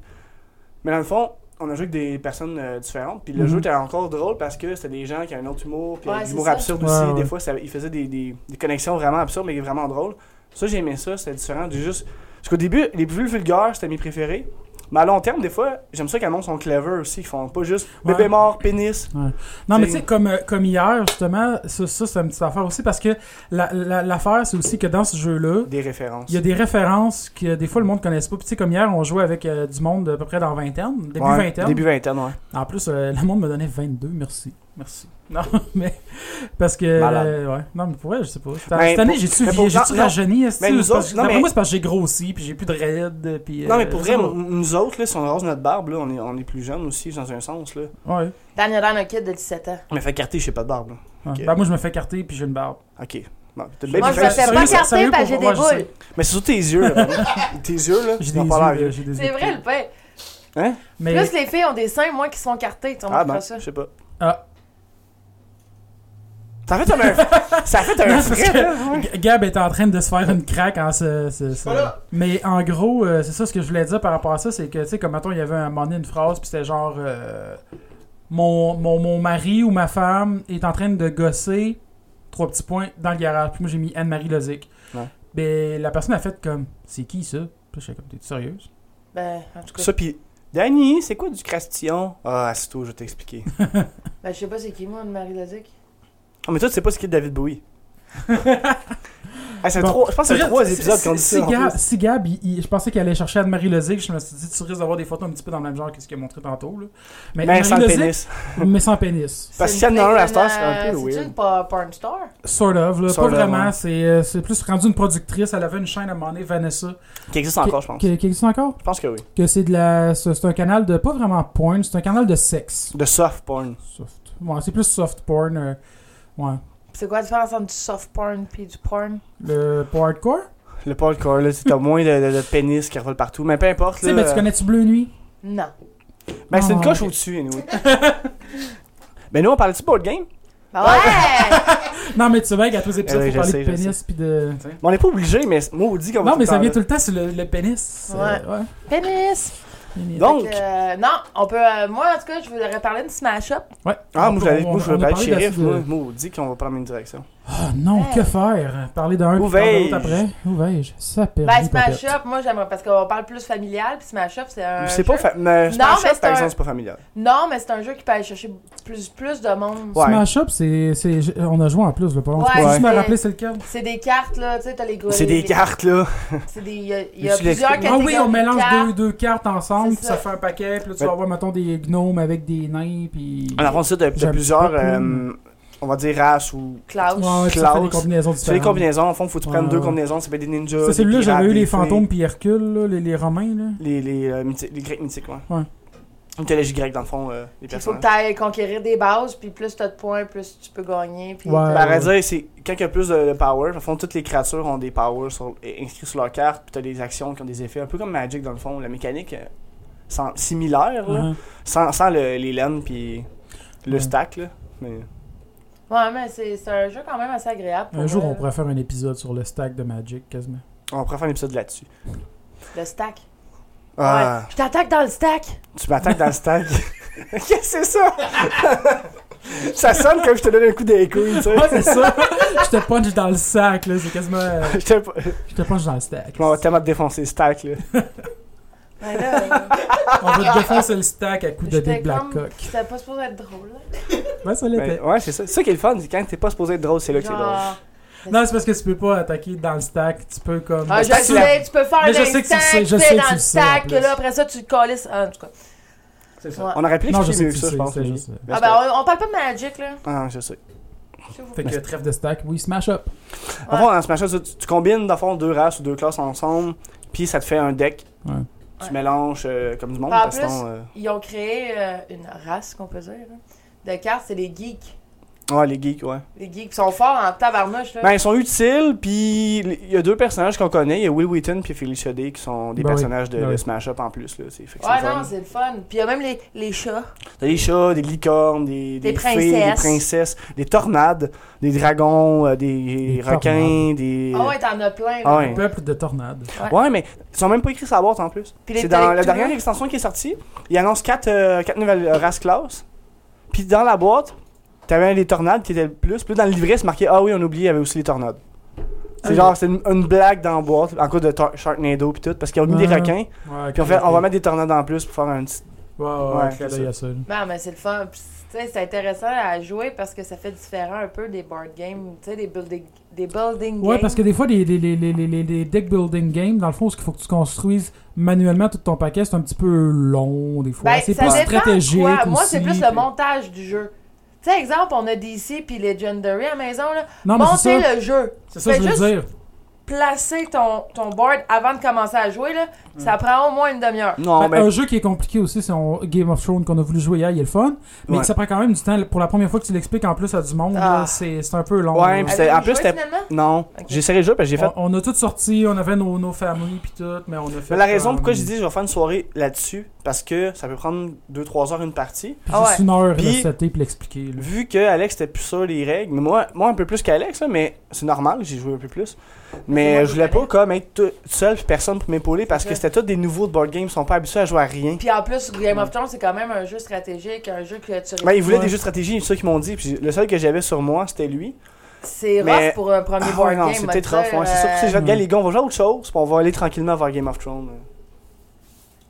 S1: Mais dans le fond, on a joué avec des personnes euh, différentes. Puis le
S4: Mhm.
S1: jeu était encore drôle parce que c'était des gens qui avaient un autre humour. Puis
S2: Ouais,
S1: avec
S2: c'est
S1: l'humour
S2: ça.
S1: absurde
S4: Ouais,
S1: aussi.
S4: ouais.
S1: Des fois, ça, ils faisaient des, des, des connexions vraiment absurdes, mais vraiment drôles. Ça, j'aimais ça. C'était différent du juste. Parce qu'au début, les plus vulgaires, c'était mes préférés. Mais à long terme, des fois, j'aime ça quand le monde sont clever aussi. Ils font pas juste
S4: Ouais.
S1: bébé mort, pénis.
S4: Non, mais
S1: C'est-
S4: tu sais, comme, euh, comme hier, justement, ça, ça c'est une petite affaire aussi, parce que la- la- l'affaire, c'est aussi que dans ce jeu-là,
S1: Des références.
S4: il y a des références que des fois le monde ne connaisse pas. Puis tu sais, comme hier, on jouait avec euh, du monde à peu près dans vingtaine, début
S1: Ouais,
S4: vingtaine.
S1: Début vingtaine, ouais.
S4: En plus, euh, le monde me donnait 22, merci. Merci. Non, mais. Parce que.
S1: Malade.
S4: euh, ouais. Non, mais pour vrai, je sais pas. Cette,
S1: Mais
S4: cette année,
S1: pour-
S4: j'ai-tu
S1: mais pour-
S4: j'ai-tu
S1: non, non.
S4: rajeuni? est-ce
S1: Mais
S4: que-
S1: nous
S4: c'est parce
S1: autres,
S4: que-
S1: non,
S4: non, mais
S1: mais-
S4: moi, c'est parce que j'ai grossi, puis j'ai plus de raides. Puis,
S1: Non,
S4: euh,
S1: mais pour
S4: je
S1: vrai,
S4: sais
S1: nous nous autres, là, si on rase notre barbe, là, on est, on est plus jeunes aussi, dans un sens. Là.
S4: pas. Ouais.
S2: Daniel Dan, un kid de 17 ans.
S1: Mais fait carter, je sais pas de barbe. Là.
S4: Ouais.
S1: Ok. Ben,
S4: Ben, moi, je me fais carter, puis j'ai une barbe.
S1: Ok. Bon, t'as le
S4: Mais
S2: Moi,
S1: baby
S2: je
S4: fais-
S2: me
S1: face.
S2: fais
S4: sérieux,
S2: pas
S4: sérieux,
S2: carter
S4: pour
S2: parce que j'ai
S4: moi,
S2: des
S4: je sais.
S2: boules.
S1: Mais c'est surtout tes yeux. Là, Benny. tes yeux, là.
S4: J'ai
S1: ils
S4: des
S1: ont pas
S4: yeux,
S1: l'air.
S4: j'ai des
S2: C'est
S4: yeux.
S2: vrai, le pain.
S4: Mais
S2: Plus les filles ont des seins, moins qui sont cartés. Tu
S1: Ah,
S2: ah,
S1: ben,
S2: ça.
S1: je sais pas.
S4: Ah.
S1: Ça fait comme un. ça fait un
S4: Non, parce
S1: fret,
S4: que-
S1: hein, ouais.
S4: G- Gab est en train de se faire une craque en ce. ce- ce-
S5: Voilà.
S4: Mais en gros, euh, c'est ça ce que je voulais dire par rapport à ça, c'est que, tu sais, comme mettons, il y avait un moment donné une phrase, puis c'était genre. euh, mon, mon, mon mari ou ma femme est en train de gosser, trois petits points, dans le garage. Puis moi, j'ai mis Anne-Marie Lozic.
S1: Ouais.
S4: Ben, la personne a fait comme. C'est qui ça? Puis j'étais comme, t'es sérieuse?
S2: Ben, en tout cas.
S1: Ça, pis. Danny, c'est quoi du crastillon? Ah, Asito, je vais t'expliquer.
S2: Ben, je sais pas c'est qui, moi, Anne-Marie Lozic.
S1: Ah, mais toi, tu sais pas ce qu'est David Bowie. Ah, c'est
S4: Bon.
S1: trois- je pense que c'est trois épisodes qu'on dit
S4: Si
S1: ça. en
S4: Gab,
S1: plus.
S4: si Gab, il- il- je pensais qu'il allait chercher Anne-Marie Lozic, je me suis dit, tu risques d'avoir des photos un petit peu dans le même genre que ce qu'il a montré tantôt. Là. Mais,
S1: Mais
S4: Anne-Marie
S1: sans le
S4: Lozic,
S1: pénis.
S4: Mais sans pénis.
S1: Parce
S2: C'est
S1: qu'il y en a un à
S2: une pleine,
S1: cette heure, c'est un
S2: euh,
S1: peu
S2: C'est-tu
S1: weird.
S2: une po- porn star?
S4: Sort of, là.
S1: Sort
S4: pas
S1: of,
S4: vraiment.
S1: ouais.
S4: C'est euh, c'est plus rendu une productrice. Elle avait une chaîne à un moment donné, Vanessa.
S1: Qui existe encore, je pense.
S4: Qui, qui existe encore?
S1: Je pense que oui.
S4: Que c'est de la. C'est c'est un canal de. Pas vraiment porn, c'est un canal de sexe.
S1: De soft porn.
S4: Soft. Ouais, c'est plus soft porn. euh, ouais.
S2: C'est quoi la différence entre du soft porn puis du porn?
S4: Le pas hardcore?
S1: Le porncore, là, c'est- t'as moins de, de- de pénis qui revole partout. Mais peu importe.
S4: Tu sais,
S1: là,
S4: ben, tu
S1: euh,
S4: connais-tu Bleu Nuit?
S2: Non.
S1: Ben, c'est une
S4: Ah,
S1: coche
S4: ok.
S1: au-dessus, anyway. Mais nous, on parlait-tu de board game?
S2: Ben
S1: Ah.
S2: ouais!
S4: Non, mais tu sais bien qu'à tous les épisodes,
S1: Eh oui,
S4: faut
S1: je
S4: parler
S1: sais,
S4: de
S1: je
S4: pénis puis de.
S1: Mais on n'est pas obligé, mais moi, on dit qu'on va
S4: Non, mais ça
S1: le
S4: vient
S1: temps,
S4: tout le temps sur le, le pénis.
S2: Ouais.
S4: euh, ouais.
S2: Pénis!
S4: Pénis.
S1: Donc,
S2: Fait que, euh, non, on peut. euh, moi, en tout cas, je voudrais parler de Smash-up.
S4: ouais.
S1: Ah,
S4: On
S1: moi,
S4: peut-
S1: j'allais-
S4: on-
S1: moi, je
S4: on a
S1: voulais parler de
S4: parlé
S1: shérif.
S4: de-
S1: Moi, moi, on dit qu'on va prendre une direction.
S4: Ah non, que faire? Parler d'un puis parler de l'autre après?
S1: Ouvais-je.
S4: Ouvais-je? Ça perd.
S2: Ben, Smash-up, moi, j'aimerais. Parce qu'on parle plus familial, puis Smash-up, c'est un.
S1: C'est pas
S2: jeu-
S1: fa- mais
S2: Euh, Non,
S1: Smash
S2: mais
S1: Up,
S2: c'est
S1: par
S2: un-
S1: exemple, c'est pas familial.
S2: Non, mais c'est un jeu qui peut aller chercher plus, plus de monde.
S1: Ouais.
S4: Smash Up, c'est, c'est, je- on a joué en plus, là, pas longtemps.
S2: Ouais,
S4: Tu peux juste me
S2: c'est-
S4: rappeler c'est lequel? Ah
S2: C'est des cartes, là, tu sais, t'as les gros.
S1: C'est des cartes, là.
S2: C'est des. Il y a, il y a
S1: Tu l'expliques.
S2: plusieurs
S4: Ah
S2: catégories.
S4: oui, on
S2: de
S4: mélange
S2: cartes.
S4: deux, deux cartes ensemble,
S2: C'est
S4: puis ça
S2: ça.
S4: fait un paquet, puis là, tu
S1: Ouais.
S4: vas avoir, mettons, des gnomes avec des nains, puis...
S1: On a ça de, de
S4: J'ai un
S1: plusieurs,
S4: petit peu plus.
S1: euh, on va dire, races ou.
S2: Klaus.
S4: Ouais, puis ça fait des
S1: Klaus.
S4: combinaisons
S1: Tu fais des
S4: différentes.
S1: combinaisons, en fond, faut que tu prennes
S4: Ouais,
S1: deux
S4: ouais.
S1: combinaisons, ça peut être des ninjas.
S4: C'est
S1: des
S4: celui-là,
S1: pirates,
S4: j'avais eu
S1: des
S4: les
S1: fées,
S4: fantômes puis Hercule, là, les, les Romains, là.
S1: Les, les, euh, mythi- les Grecs mythiques, ouais.
S4: Ouais.
S1: Une mythologie grecque, dans le fond, euh, les
S2: Il faut que
S1: personnages.
S2: tu ailles conquérir des bases, puis plus t'as de points, plus tu peux gagner. Puis
S4: Ouais.
S1: Ben, à vrai dire, c'est quand il y a plus de, de power, en fond, toutes les créatures ont des powers sur, inscrits sur leur carte, puis t'as des actions qui ont des effets, un peu comme Magic, dans le fond, la mécanique euh, sans- similaire, là,
S4: Ouais.
S1: sans, sans le- les lames puis le
S4: Ouais.
S1: stack, là. Mais...
S2: Ouais, mais c'est c'est un jeu quand même assez agréable. pour euh,
S4: Un jour,
S2: vrai,
S4: on pourrait faire un épisode sur le stack de Magic, quasiment.
S1: On pourrait faire un épisode là-dessus.
S2: Le stack.
S1: Ah,
S2: Ouais. Je t'attaque dans le stack.
S1: tu m'attaques dans le stack. Qu'est-ce que c'est ça? ça sonne comme je te donne un coup des couilles, tu sais.
S4: Ouais, c'est ça! Je te punch dans le sac, là, c'est quasiment... euh,
S1: Je t'ai pas-
S4: Je te punch dans le stack.
S1: Je m'en vais tellement te défoncer le stack, là.
S2: Ouais, là, euh,
S4: On va te défoncer le stack à coups de
S2: j'étais
S4: des Black
S2: comme-
S4: Cock.
S2: C'était pas supposé être drôle. là.
S4: Ouais, ça
S1: Ben,
S4: l'était.
S1: ouais, c'est ça. C'est ça qui est le fun, c'est quand t'es pas supposé être drôle, c'est là que c'est drôle.
S2: Genre, ah,
S4: Non, c'est parce que tu peux pas attaquer dans le stack. Tu peux comme.
S2: Ah, je
S1: Parce que
S2: sais, tu peux faire
S4: Mais
S2: un
S4: je sais que tu le
S2: instant,
S4: sais,
S2: tu
S4: je
S2: sais,
S4: sais que
S2: dans
S4: tu
S2: le
S4: le sais, en
S2: stack,
S4: plus.
S2: que là, après ça, tu te calisses. Ah, en tout cas. Ouais.
S1: On aurait pu
S4: Non, je
S1: l'expliquer
S4: sais
S1: mieux
S4: que
S1: que
S4: tu
S1: ça,
S4: sais,
S1: je pense.
S4: ça,
S1: mais-
S4: je sais.
S1: mais
S2: Ah,
S1: c'était-
S2: ben, on, on parle pas de Magic, là.
S1: Ah, je sais.
S2: s'il vous
S4: Fait
S2: plaît.
S4: que trèfle de stack, oui, smash up.
S1: En fond, dans Smash Bros, tu, tu combines, dans le fond, deux races ou deux classes ensemble, puis ça te fait un deck.
S4: Ouais.
S1: Tu
S2: Ouais.
S1: mélanges euh, comme du monde,
S2: Ah, en
S1: parce que
S2: plus-
S1: sinon, euh,
S2: Ils ont créé euh, une race, qu'on peut dire, hein, de cartes, c'est les geeks.
S1: Ouais, les geeks, ouais.
S2: Les geeks sont forts en tabarnouche, là.
S1: Ben, ils sont utiles, puis il y a deux personnages qu'on connaît. Il y a Will Wheaton puis Philly Shoddy qui sont des
S4: Ben oui,
S1: personnages de,
S4: ben
S1: de
S4: oui.
S1: Smash Up en plus. Là. C'est, fait que c'est
S2: ouais,
S1: le fun.
S2: non, c'est le fun. Puis il y a même les, les chats.
S1: T'as des chats, des licornes, des,
S2: Des
S1: fées, des
S2: princesses.
S1: princesses, des tornades, des dragons, euh, des,
S4: Des
S1: requins,
S4: tornades.
S1: des.
S2: Ah ouais, t'en as plein, là.
S1: Ah ouais.
S4: Peuple de tornades.
S2: ouais.
S1: Ouais, mais ils ont même pas écrit sa boîte en plus.
S2: Puis les
S1: C'est dans la
S2: Tectoniques.
S1: dernière extension qui est sortie. Ils annoncent 4 quatre, quatre nouvelles euh, races classes. Puis dans la boîte, t'avais les tornades qui étaient le plus. Puis là, dans le livret, c'est marqué Ah oui, on oublie, il y avait aussi les tornades. C'est
S4: Ok.
S1: genre, c'est une, une blague dans la boîte, en cause de tor- Sharknado puis tout, parce qu'ils ont mis des
S2: Ah.
S4: Ouais.
S1: requins.
S4: Ouais,
S1: Puis en fait, on va mettre des tornades en plus pour faire un petit.
S4: Ouais,
S1: Ouais,
S4: ouais, ouais, clin
S1: c'est
S4: d'œil à ça. là.
S2: Ben, mais c'est le fun. Puis, tu sais, c'est intéressant à jouer parce que ça fait différent un peu des board games, tu sais, des building, des building games.
S4: Ouais, parce que des fois, les, les, les, les, les- les- les deck building games, dans le fond, ce qu'il faut que tu construises manuellement tout ton paquet, c'est un petit peu long, des fois.
S2: Ben,
S4: c'est
S2: ça
S4: plus
S2: dépend
S4: stratégique.
S2: quoi. Moi, c'est
S4: aussi,
S2: plus le
S4: puis-
S2: montage du jeu. Tu sais, exemple, on a DC puis Legendary à la maison, là.
S4: Non, mais c'est
S2: Monter
S4: ça.
S2: le Ben, jeu.
S4: C'est ça que
S2: Fais
S4: je veux dire.
S2: Placer ton, ton board avant de commencer à jouer, là,
S1: Mm.
S2: ça prend au moins une demi-heure.
S1: Non,
S4: Ben,
S1: mais.
S4: Un jeu qui est compliqué aussi, c'est on- Game of Thrones qu'on a voulu jouer hier, il est le fun, mais
S1: Ouais.
S4: que ça prend quand même du temps. Pour la première fois que tu l'expliques en plus à du monde,
S2: Ah.
S4: là, c'est c'est un peu long.
S1: Ouais,
S4: là.
S1: Puis c'est- en
S2: Avez-vous
S1: plus,
S2: joué,
S1: c'était-
S2: finalement?
S1: Non,
S2: Ok.
S1: j'ai serré le jeu parce que j'ai fait.
S4: On, on a toutes sorti, on avait nos, nos familles puis tout, mais on a fait.
S1: Mais la raison
S4: comme-
S1: pourquoi je dis je vais faire une soirée là-dessus, parce que ça peut prendre 2-3 heures une partie.
S4: Puis
S2: Ah
S4: juste
S2: ouais.
S4: une heure
S1: Puis-
S4: de setter puis l'expliquer. là.
S1: Vu que Alex était plus sûr les règles, mais moi, moi un peu plus qu'Alex, là, mais c'est normal, j'ai joué un peu plus. Mais
S2: moi,
S1: je voulais
S2: je connais.
S1: pas comme être tout seul puis personne pour m'épauler parce
S2: C'est
S1: que
S2: ça.
S1: c'était tous des nouveaux de board game, ils sont pas habitués à jouer à rien.
S2: Puis en plus, Game of Thrones, c'est quand même un jeu stratégique, un jeu que tu
S1: Ben, ils voulaient
S4: Ouais.
S1: des jeux de stratégie, c'est ça qu'ils m'ont dit. Puis le seul que j'avais sur moi, c'était lui.
S2: C'est
S1: Mais-
S2: rough pour un premier
S1: Ah,
S2: board
S1: ouais, non,
S2: game.
S1: c'était
S2: tu
S1: trop.
S2: sais,
S1: Ouais, c'est sûr que si je vais
S4: euh,
S1: regarder les gars, on va jouer à autre chose, puis on va aller tranquillement vers Game of Thrones.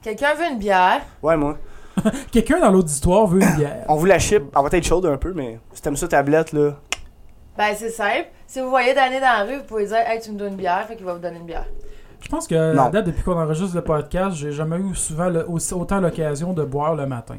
S2: Quelqu'un veut une bière?
S1: Ouais, moi.
S4: Quelqu'un dans l'auditoire veut une bière.
S1: On vous la chip, elle va être chaude un peu, mais si t'aimes ça, tablette, là,
S2: Ben, c'est simple. Si vous voyez Danny dans la rue, vous pouvez dire Hey, tu me donnes une bière, fait qu'il va vous donner une bière.
S4: Je pense que à
S1: Non.
S4: la date, depuis qu'on enregistre le podcast, j'ai jamais eu souvent le- aussi- autant l'occasion de boire le matin.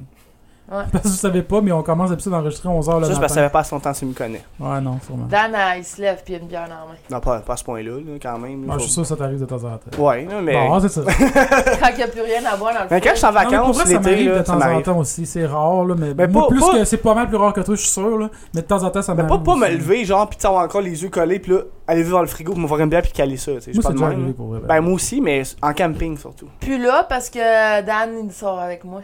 S2: Ouais.
S4: Parce que je savais pas, mais on commence d'habitude à enregistrer 11h le
S1: Juste parce que ça
S4: matin.
S1: fait pas son temps, tu me connais.
S4: Ouais, non, sûrement.
S2: Dan, euh, il se lève, puis il a une bière dans la main.
S1: Non, pas, pas à ce point-là, là, quand même. là,
S4: Ouais, Ah, je
S1: faut-
S4: suis sûr que ça t'arrive de temps en temps.
S1: Ouais, là, mais.
S4: Bon, c'est ça.
S2: Quand il n'y a plus rien à boire dans le
S1: Mais quand je
S2: frigo.
S1: suis en
S4: Non, mais pour
S1: vacances,
S4: vrai, ça
S1: l'été,
S4: m'arrive de
S1: là, ça
S4: temps en
S1: m'arrive.
S4: temps aussi. C'est rare, là, mais,
S1: Mais
S4: moi,
S1: pas-
S4: plus
S1: pas-
S4: que c'est pas mal plus rare que toi, je suis sûr, là, mais de temps en temps, ça
S1: Mais
S4: m'arrive.
S1: pas pas me
S4: aussi.
S1: lever, genre, pis t'as encore les yeux collés, pis là, aller dans le frigo pour me voir une bière pis caler ça, tu sais. je suis
S4: Moi, c'est
S1: pas de
S4: déjà
S1: même,
S4: arrivé
S1: là.
S4: pour vrai.
S1: Ben, moi aussi, mais en camping surtout.
S2: Plus là, parce que Dan, il sort avec moi.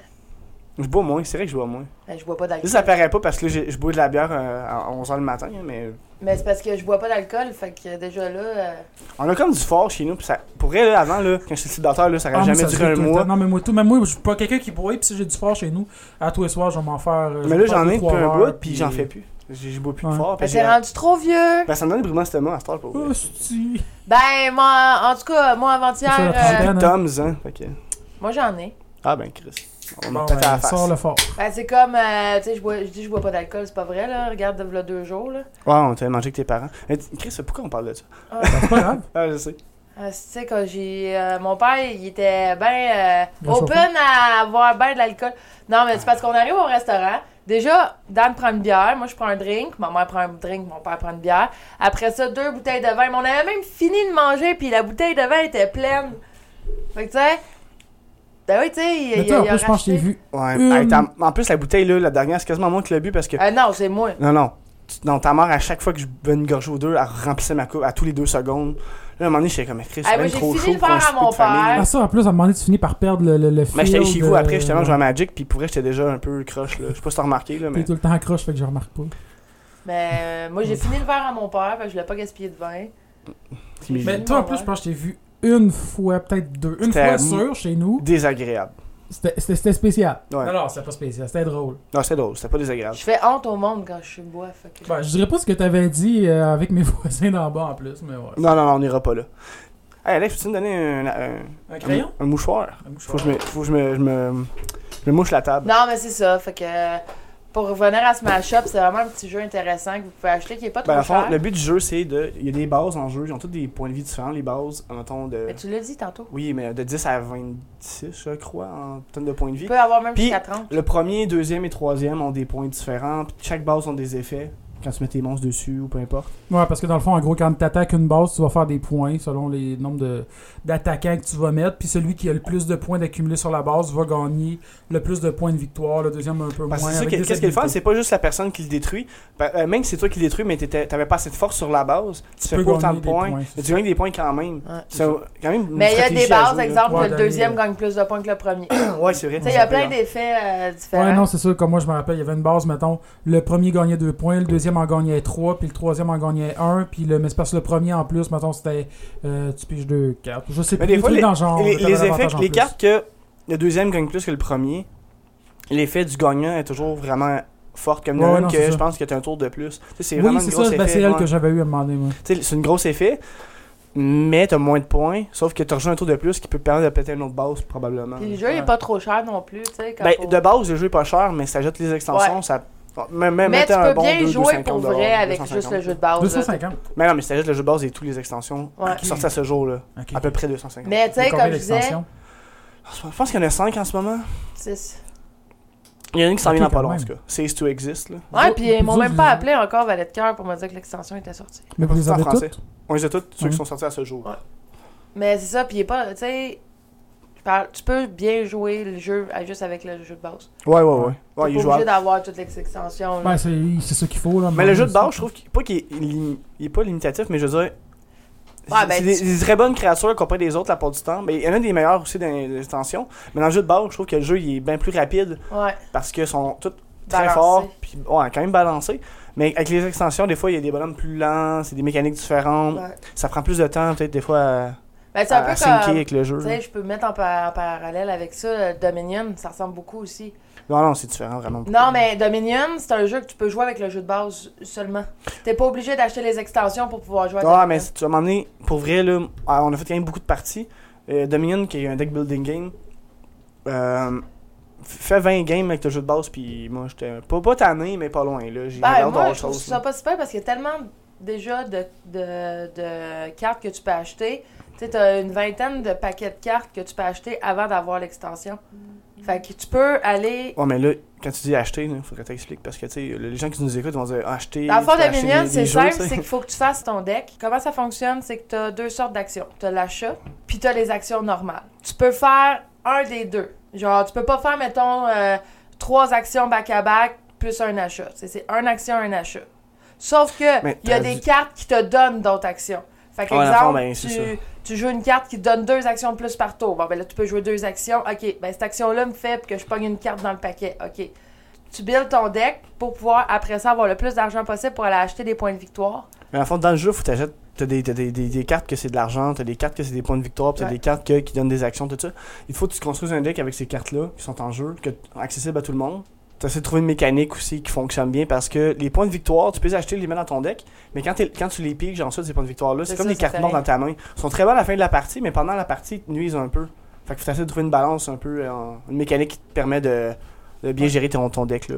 S1: Je bois moins, c'est vrai que je bois moins.
S2: Ben, je bois pas
S1: Ça,
S2: d'alcool.
S1: ça paraît pas parce que là, j'ai- je bois de la bière euh, à 11h le matin, hein, mais
S2: Mais c'est parce que je bois pas d'alcool, fait que déjà là. euh,
S1: on a comme du fort chez nous. Pis ça, pour vrai, là, avant, là, quand j'étais sédentaire, là, ça aurait
S4: Ah, moi,
S1: jamais
S4: ça
S1: duré
S4: se fait
S1: un
S4: tout le
S1: mois.
S4: temps. Non, mais moi, tout, même moi, je suis pas quelqu'un qui boit, puis si j'ai du fort chez nous, à tous les soirs, je vais m'en faire. euh, je
S1: Mais
S4: vais
S1: là,
S4: faire
S1: j'en
S4: deux,
S1: ai
S4: trois
S1: depuis un
S4: heures,
S1: bout, pis j'en fais plus. J'ai- Je bois plus de
S4: Ouais.
S1: fort.
S2: Ben,
S1: pis j'ai-
S2: t'es rendu trop vieux.
S1: Ben, ça me donne des brûlements d'estomac à cette heure pour vrai.
S4: Oh, si.
S2: Ben, moi, en tout cas, moi,
S4: Ça, la
S2: avant-hier, euh,
S4: trentaine.
S1: Tom's, hein. fait que-
S2: moi, j'en ai.
S1: Ah, ben, Chris. On
S4: Bon,
S1: m'a pété à la
S4: ben,
S1: face.
S4: sors le fort.
S2: Ben, c'est comme, euh, tu sais, je bois- je dis je bois pas d'alcool, c'est pas vrai, là. Regarde, là, deux jours, là.
S1: Ouais, on t'avait mangé avec tes parents. Mais t- Chris, pourquoi on parle de ça?
S4: Ben, C'est pas grave.
S1: Ah, je sais.
S2: Euh, tu sais, quand j'ai. euh, mon père, il était bien euh,
S4: Bien
S2: open à avoir bien de l'alcool. Non, mais c'est parce qu'on arrive au restaurant. Déjà, Dan prend une bière, moi je prends un drink, ma mère prend un drink, mon père prend une bière. Après ça, deux bouteilles de vin. Mais on avait même fini de manger, puis la bouteille de vin était pleine. Fait que tu sais. Ben oui, tu sais, il,
S4: Mais
S2: il,
S4: toi, en
S2: il a
S4: plus, je pense
S2: racheté.
S4: que j'ai vu.
S1: Ouais.
S4: Hum.
S1: Hey, ta- en plus, la bouteille, là, la dernière, c'est quasiment moi qui l'ai bu parce que.
S2: Euh, non, c'est moi.
S1: Non, non. Tu- Non, ta mère, à chaque fois que je buvais une gorgée ou deux, elle remplissait ma coupe à tous les deux secondes. Là, à un moment donné, j'étais comme, mais Chris, c'est
S2: Ah, moi,
S1: même
S2: j'ai
S1: trop
S2: fini
S1: chaud
S2: de
S1: pour
S2: faire
S1: un
S2: à
S1: souper
S2: mon
S1: de famille.
S2: père.
S4: Ah, ça, en plus, à un moment donné, tu finis par perdre le, le, le fil.
S1: Mais j'étais allé chez vous après, justement,
S4: je
S1: je jouais à Magic, puis pour vrai, j'étais déjà un peu croche, là. Je sais pas si t'as remarqué, là,
S4: T'es
S1: mais.
S4: tout le temps accroche, fait que je remarque pas.
S2: Mais euh, moi j'ai fini le verre à mon père, parce que je voulais pas gaspiller de vin.
S1: C'est mignon.
S4: Mais toi, en plus, je pense que j'ai vu une fois, peut-être deux. Une
S1: C'était
S4: fois
S1: à mou-
S4: sûre chez nous.
S1: Désagréable.
S4: C'était- C'était c'était spécial.
S1: Ouais.
S4: Non, non, c'était pas spécial, c'était drôle.
S1: Non, c'était drôle, c'était pas désagréable.
S2: Je fais honte au monde quand je suis bois. Fait que...
S4: Ben, je dirais pas ce que t'avais dit euh, avec mes voisins d'en bas en plus, mais ouais.
S1: Non, non, non, on ira pas là. Hey, Alex, peux-tu me donner un, un,
S4: Un
S1: un, un mouchoir?
S4: Un
S1: Faut
S4: mouchoir.
S1: que je me, faut que je me, je me, je me mouche la table.
S2: Non, mais c'est ça. Fait que euh, pour revenir à Smash Up, c'est vraiment un petit jeu intéressant que vous pouvez acheter qui est pas
S1: Ben,
S2: trop
S1: à fond,
S2: cher.
S1: le but du jeu, c'est de. Il y a des bases en jeu, ils ont toutes des points de vie différents, les bases, mettons, de.
S2: Mais tu l'as dit tantôt.
S1: Oui, mais de 10 à 26, je crois, en tonnes de points de
S2: Tu
S1: vie.
S2: peux avoir même
S1: Puis-
S2: jusqu'à 30.
S1: Le premier, deuxième et troisième ont des points différents. Puis chaque base ont des effets quand tu mets tes monstres dessus ou peu importe.
S4: Ouais, parce que dans le fond, en gros, quand t'attaques une base, tu vas faire des points selon les nombres de- d'attaquants que tu vas mettre. Puis celui qui a le plus de points d'accumulés sur la base va gagner le plus de points de victoire, le deuxième un peu
S1: Parce que Ben,
S4: moins.
S1: c'est ça,
S4: avec
S1: que-
S4: des
S1: qu'est-ce qu'il fait
S4: habilités.
S1: C'est pas juste la personne qui le détruit. Ben, euh, même si c'est toi qui le détruis, mais t'étais- t'avais pas assez de force sur la base, tu, fais
S4: peux
S1: pas autant de
S4: gagner des
S1: points.
S4: points,
S1: mais tu gagnes des points quand même.
S2: Ouais.
S1: C'est un- quand même une
S2: Mais il y a des
S1: stratégie à
S2: bases,
S1: jouer, là.
S2: exemple,
S4: Ouais,
S2: que le
S4: donner,
S2: deuxième
S4: euh,
S2: gagne plus de points que le premier. tu
S1: Ouais, c'est vrai.
S2: sais, il y a
S1: ça
S2: plein
S1: paye,
S2: d'effets euh, différents.
S4: Ouais, non, c'est sûr. Comme moi, je me rappelle, il y avait une base, mettons, le premier gagnait deux points, le deuxième en gagnait trois, puis le troisième en gagnait un, puis le, mais c'est parce que le premier en plus, mettons, c'était euh, tu piges deux cartes. Je sais
S1: Mais
S4: plus,
S1: des
S4: des
S1: fois,
S4: trucs
S1: les,
S4: dans le genre.
S1: les-
S4: t'avais
S1: les
S4: l'avantage
S1: effets,
S4: en
S1: les
S4: plus.
S1: cartes que le deuxième gagne plus que le premier, l'effet du gagnant est toujours vraiment forte. Comme
S4: Ouais,
S1: dans
S4: ouais,
S1: une
S4: non,
S1: que
S4: c'est
S1: je
S4: ça.
S1: pense que tu as un tour de plus. Tu sais, C'est
S4: Oui,
S1: vraiment une
S4: c'est
S1: grosse
S4: ça, ben,
S1: effet.
S4: c'est elle
S1: ouais.
S4: que j'avais eu à me demander, moi.
S1: Tu sais, C'est une grosse effet, mais tu as moins de points. Sauf que tu rejoins un tour de plus qui peut te permettre de péter une autre base, probablement.
S2: Puis le jeu il est pas trop cher non plus. tu sais, quand
S1: Ben,
S2: faut-
S1: de base, le jeu est pas cher, mais ça jette les extensions.
S2: Ouais.
S1: ça même, même
S2: mais tu
S1: mettre un
S2: peux
S1: bon
S2: bien
S1: deux,
S2: jouer
S1: 250
S2: pour vrai
S1: dollars,
S2: avec juste
S1: 250.
S2: le jeu de base. là.
S4: 250.
S1: Mais non, mais c'est juste le jeu de base et toutes les extensions
S2: Ouais.
S1: qui sortent à ce jour-là.
S4: Ok.
S1: À peu près 250.
S2: Mais tu sais,
S4: Combien
S2: comme je disais,
S4: d'extensions?
S1: Je pense qu'il y en a 5 en ce moment.
S2: c'est-
S1: Il y en a une qui s'en
S4: Ok,
S1: vient dans
S4: quand
S1: pas long, en
S4: même.
S1: tout cas. Cease to exist, là.
S2: Ouais,
S4: Vous-
S2: puis ils
S4: vous
S2: m'ont
S4: autres,
S2: même
S4: vous-
S2: pas appelé encore Valet de cœur pour me dire que l'extension était sortie.
S4: Mais vous
S1: Pas
S4: les
S1: tout en
S4: avez
S1: français.
S4: toutes?
S1: On les a tous, ceux
S4: Mhm.
S1: qui sont sortis à ce jour.
S2: Ouais. Mais c'est ça, puis il est pas, tu sais, je parle- tu peux bien jouer le jeu à- juste avec le jeu de base.
S1: Ouais, ouais, ouais. Ouais,
S2: T'es
S1: il
S2: pas
S1: est
S2: obligé
S1: jouable.
S2: d'avoir toutes les extensions. là.
S4: Ouais, c'est c'est ça qu'il faut. Là,
S1: Mais le jeu de
S4: ça.
S1: base, je trouve qu'il, pas qu'il est, il est lim- il est pas limitatif, mais je veux dire. c'est-
S2: Ouais, ben,
S1: c'est des,
S2: tu-
S1: des très bonnes créatures comparées des autres la part du temps. Mais il y en a des meilleures aussi dans les extensions. Mais dans le jeu de base, je trouve que le jeu il est bien plus rapide
S2: Ouais,
S1: parce qu'ils sont tous très
S2: balancé.
S1: forts. Puis, ouais, quand même balancés. Mais avec les extensions, des fois, il y a des bonhommes plus lents, c'est des mécaniques différentes.
S2: Ouais.
S1: Ça prend plus de temps, peut-être, des fois, à,
S2: Ben, c'est
S1: à,
S2: un peu
S1: à syncer
S2: comme,
S1: avec le jeu.
S2: tu sais, je peux mettre en, par- en parallèle avec ça, euh, Dominion, ça ressemble beaucoup aussi.
S1: Non, non, c'est différent, vraiment.
S2: Non, mais Dominion, c'est un jeu que tu peux jouer avec le jeu de base seulement. T'es pas obligé d'acheter les extensions pour pouvoir jouer à
S1: Ouais,
S2: Dominion.
S1: mais si tu vas m'emmener, pour vrai, là, ah, on a fait quand même beaucoup de parties. Euh, Dominion, qui est un deck building game, euh, fais 20 games avec ton jeu de base, puis moi, j'étais pas, pas tanné, mais pas loin. là J'ai
S2: Ben,
S1: hâte
S2: moi,
S1: d'avoir
S2: je trouve
S1: chose.
S2: ça pas super parce qu'il y a tellement déjà de, de- de cartes que tu peux acheter. Tu sais, t'as une vingtaine de paquets de cartes que tu peux acheter avant d'avoir l'extension. Fait que tu peux aller.
S1: Ouais, mais là, quand tu dis acheter, il faudrait que t'expliques parce que, tu sais, les gens qui nous écoutent vont dire acheter.
S2: Dans le fond
S1: tu peux
S2: de
S1: acheter
S2: Minion,
S1: des-
S2: c'est
S1: des
S2: simple,
S1: jeux, tu sais.
S2: c'est qu'il faut que tu fasses ton deck. Comment ça fonctionne, c'est que tu as deux sortes d'actions. Tu as l'achat, puis tu as les actions normales. Tu peux faire un des deux. Genre, tu peux pas faire, mettons, euh, trois actions back-à-back plus un achat. Tu sais, C'est un action, un achat. Sauf que
S1: Mais
S2: il y a
S1: t'as
S2: des
S1: dit-
S2: cartes qui te donnent d'autres actions. Fait que,
S1: Ouais, dans le fond,
S2: exemple,
S1: ben, c'est ça.
S2: tu, tu joues une carte qui te donne deux actions de plus par tour. Bon, ben là, tu peux jouer deux actions. OK, ben cette action-là me fait que je pogne une carte dans le paquet. OK tu builds ton deck pour pouvoir, après ça, avoir le plus d'argent possible pour aller acheter des points de victoire.
S1: Mais en fond, dans le jeu, faut t'achètes. T'as des, t'as des, des, des cartes que c'est de l'argent, t'as des cartes que c'est des points de victoire, puis t'as
S2: Ouais.
S1: des cartes que- qui donnent des actions, tout ça. Il faut que tu construises un deck avec ces cartes-là qui sont en jeu, que, accessibles à tout le monde. T'as essayé de trouver une mécanique aussi qui fonctionne bien parce que les points de victoire, tu peux les acheter, les mettre dans ton deck, mais quand, t'es- quand tu les piges, genre ça, ces points de victoire-là, c'est
S2: C'est
S1: comme
S2: ça,
S1: des
S2: ça
S1: cartes
S2: fait
S1: mortes
S2: rien.
S1: dans ta main. Ils sont très bons à la fin de la partie, mais pendant la partie, ils te nuisent un peu. Fait que faut essayer de trouver une balance un peu, euh, en- une mécanique qui te permet de, de bien gérer ton, ton deck. Là.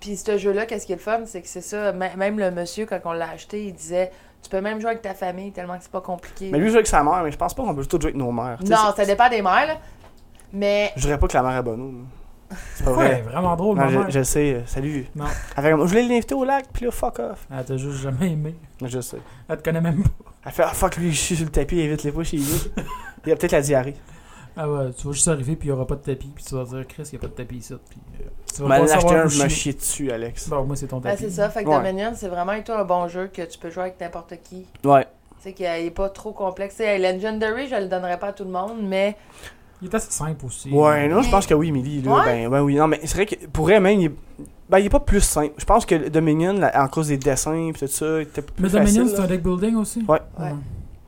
S2: Puis ce jeu-là, qu'est-ce qui est le fun, c'est que c'est ça, m- même le monsieur, quand on l'a acheté, il disait Tu peux même jouer avec ta famille tellement que c'est pas compliqué.
S1: Mais lui joue avec sa mère, mais je pense pas qu'on peut tout jouer avec nos mères. Tu sais,
S2: non,
S1: c'est-
S2: ça dépend des mères, là. Mais
S1: Je dirais pas que la mère est bonne. là. C'est pas
S4: Ouais,
S1: vrai.
S4: vraiment drôle,
S1: Non,
S4: ma mère.
S1: je, je sais, euh, salut.
S4: Non.
S1: Elle fait comme, je voulais l'inviter au lac, puis là, fuck off.
S4: Elle t'a Ah, juste jamais aimé.
S1: Je sais.
S4: Elle te connaît même pas.
S1: Elle fait, ah fuck lui, je suis sur le tapis, évite les pas chez lui. Il a peut-être la diarrhée.
S4: Ah ouais, tu vas juste arriver, puis il n'y aura pas de tapis, puis tu vas dire, Chris, il n'y a pas de tapis ici. Puis, euh, tu
S1: Mais
S4: vas pas
S1: elle a acheté
S4: savoir
S1: un,
S4: où
S1: je me
S4: chier.
S1: chie dessus, Alex.
S4: Bon, moi, c'est ton
S2: ben,
S4: tapis.
S2: c'est ça, fait que
S1: Ouais.
S2: Dominion, c'est vraiment et tout un bon jeu que tu peux jouer avec n'importe qui.
S1: Ouais.
S2: Tu sais, qu'il est pas trop complexe. Tu sais, Legendary, je le donnerais pas à tout le monde, mais
S4: Il est assez simple aussi.
S1: Ouais, non, je
S2: Mais-
S1: pense que oui, Milly. Là,
S2: Ouais.
S1: Ben, ouais, oui. Non, mais c'est vrai que pour elle, même, il est... Ben, il est pas plus simple. Je pense que Dominion, là, en cause des dessins, pis tout ça, il était plus
S4: Mais
S1: facile.
S4: Dominion, c'est
S1: là.
S4: un deck building aussi?
S1: Ouais.
S2: Ouais.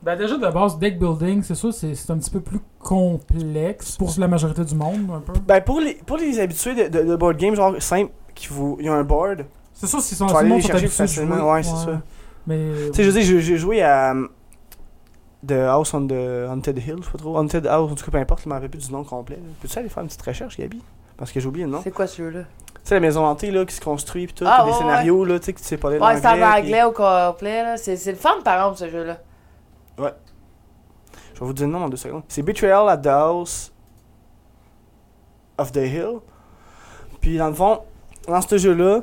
S4: Ben déjà, de base, deck building, c'est sûr, c'est c'est un petit peu plus complexe pour la majorité du monde, un peu.
S1: Ben, pour les, pour les habitués de, de, de board game, genre, simple, qui vous... il y a un board.
S4: C'est sûr, si sont
S1: Tu
S4: tout
S1: vas
S4: le
S1: aller
S4: monde
S1: les
S4: sont
S1: chercher
S4: habitués de
S1: facilement,
S4: jouer.
S1: ouais, c'est ça.
S4: Mais...
S1: Tu sais, je veux dire, j'ai- j'ai joué à euh, The House on the Haunted Hill, je sais pas trop. Haunted House, en tout cas, peu importe, je m'en rappelle plus du nom complet. là. Peux-tu aller faire une petite recherche, Gabi Parce que j'ai oublié le nom. Tu
S2: c'est quoi ce jeu-là
S1: sais, la maison hantée là, qui se construit, puis tout,
S2: Ah,
S1: pis des
S2: ouais,
S1: scénarios, là, tu sais, que tu sais pas lire
S2: Ouais, c'est en
S1: l'anglais,
S2: anglais au complet, là. C'est c'est le fun, par exemple, ce jeu-là.
S1: puis- Je vais vous dire le nom dans deux secondes. C'est Betrayal at the House of the Hill. Puis, dans le fond, dans ce jeu-là,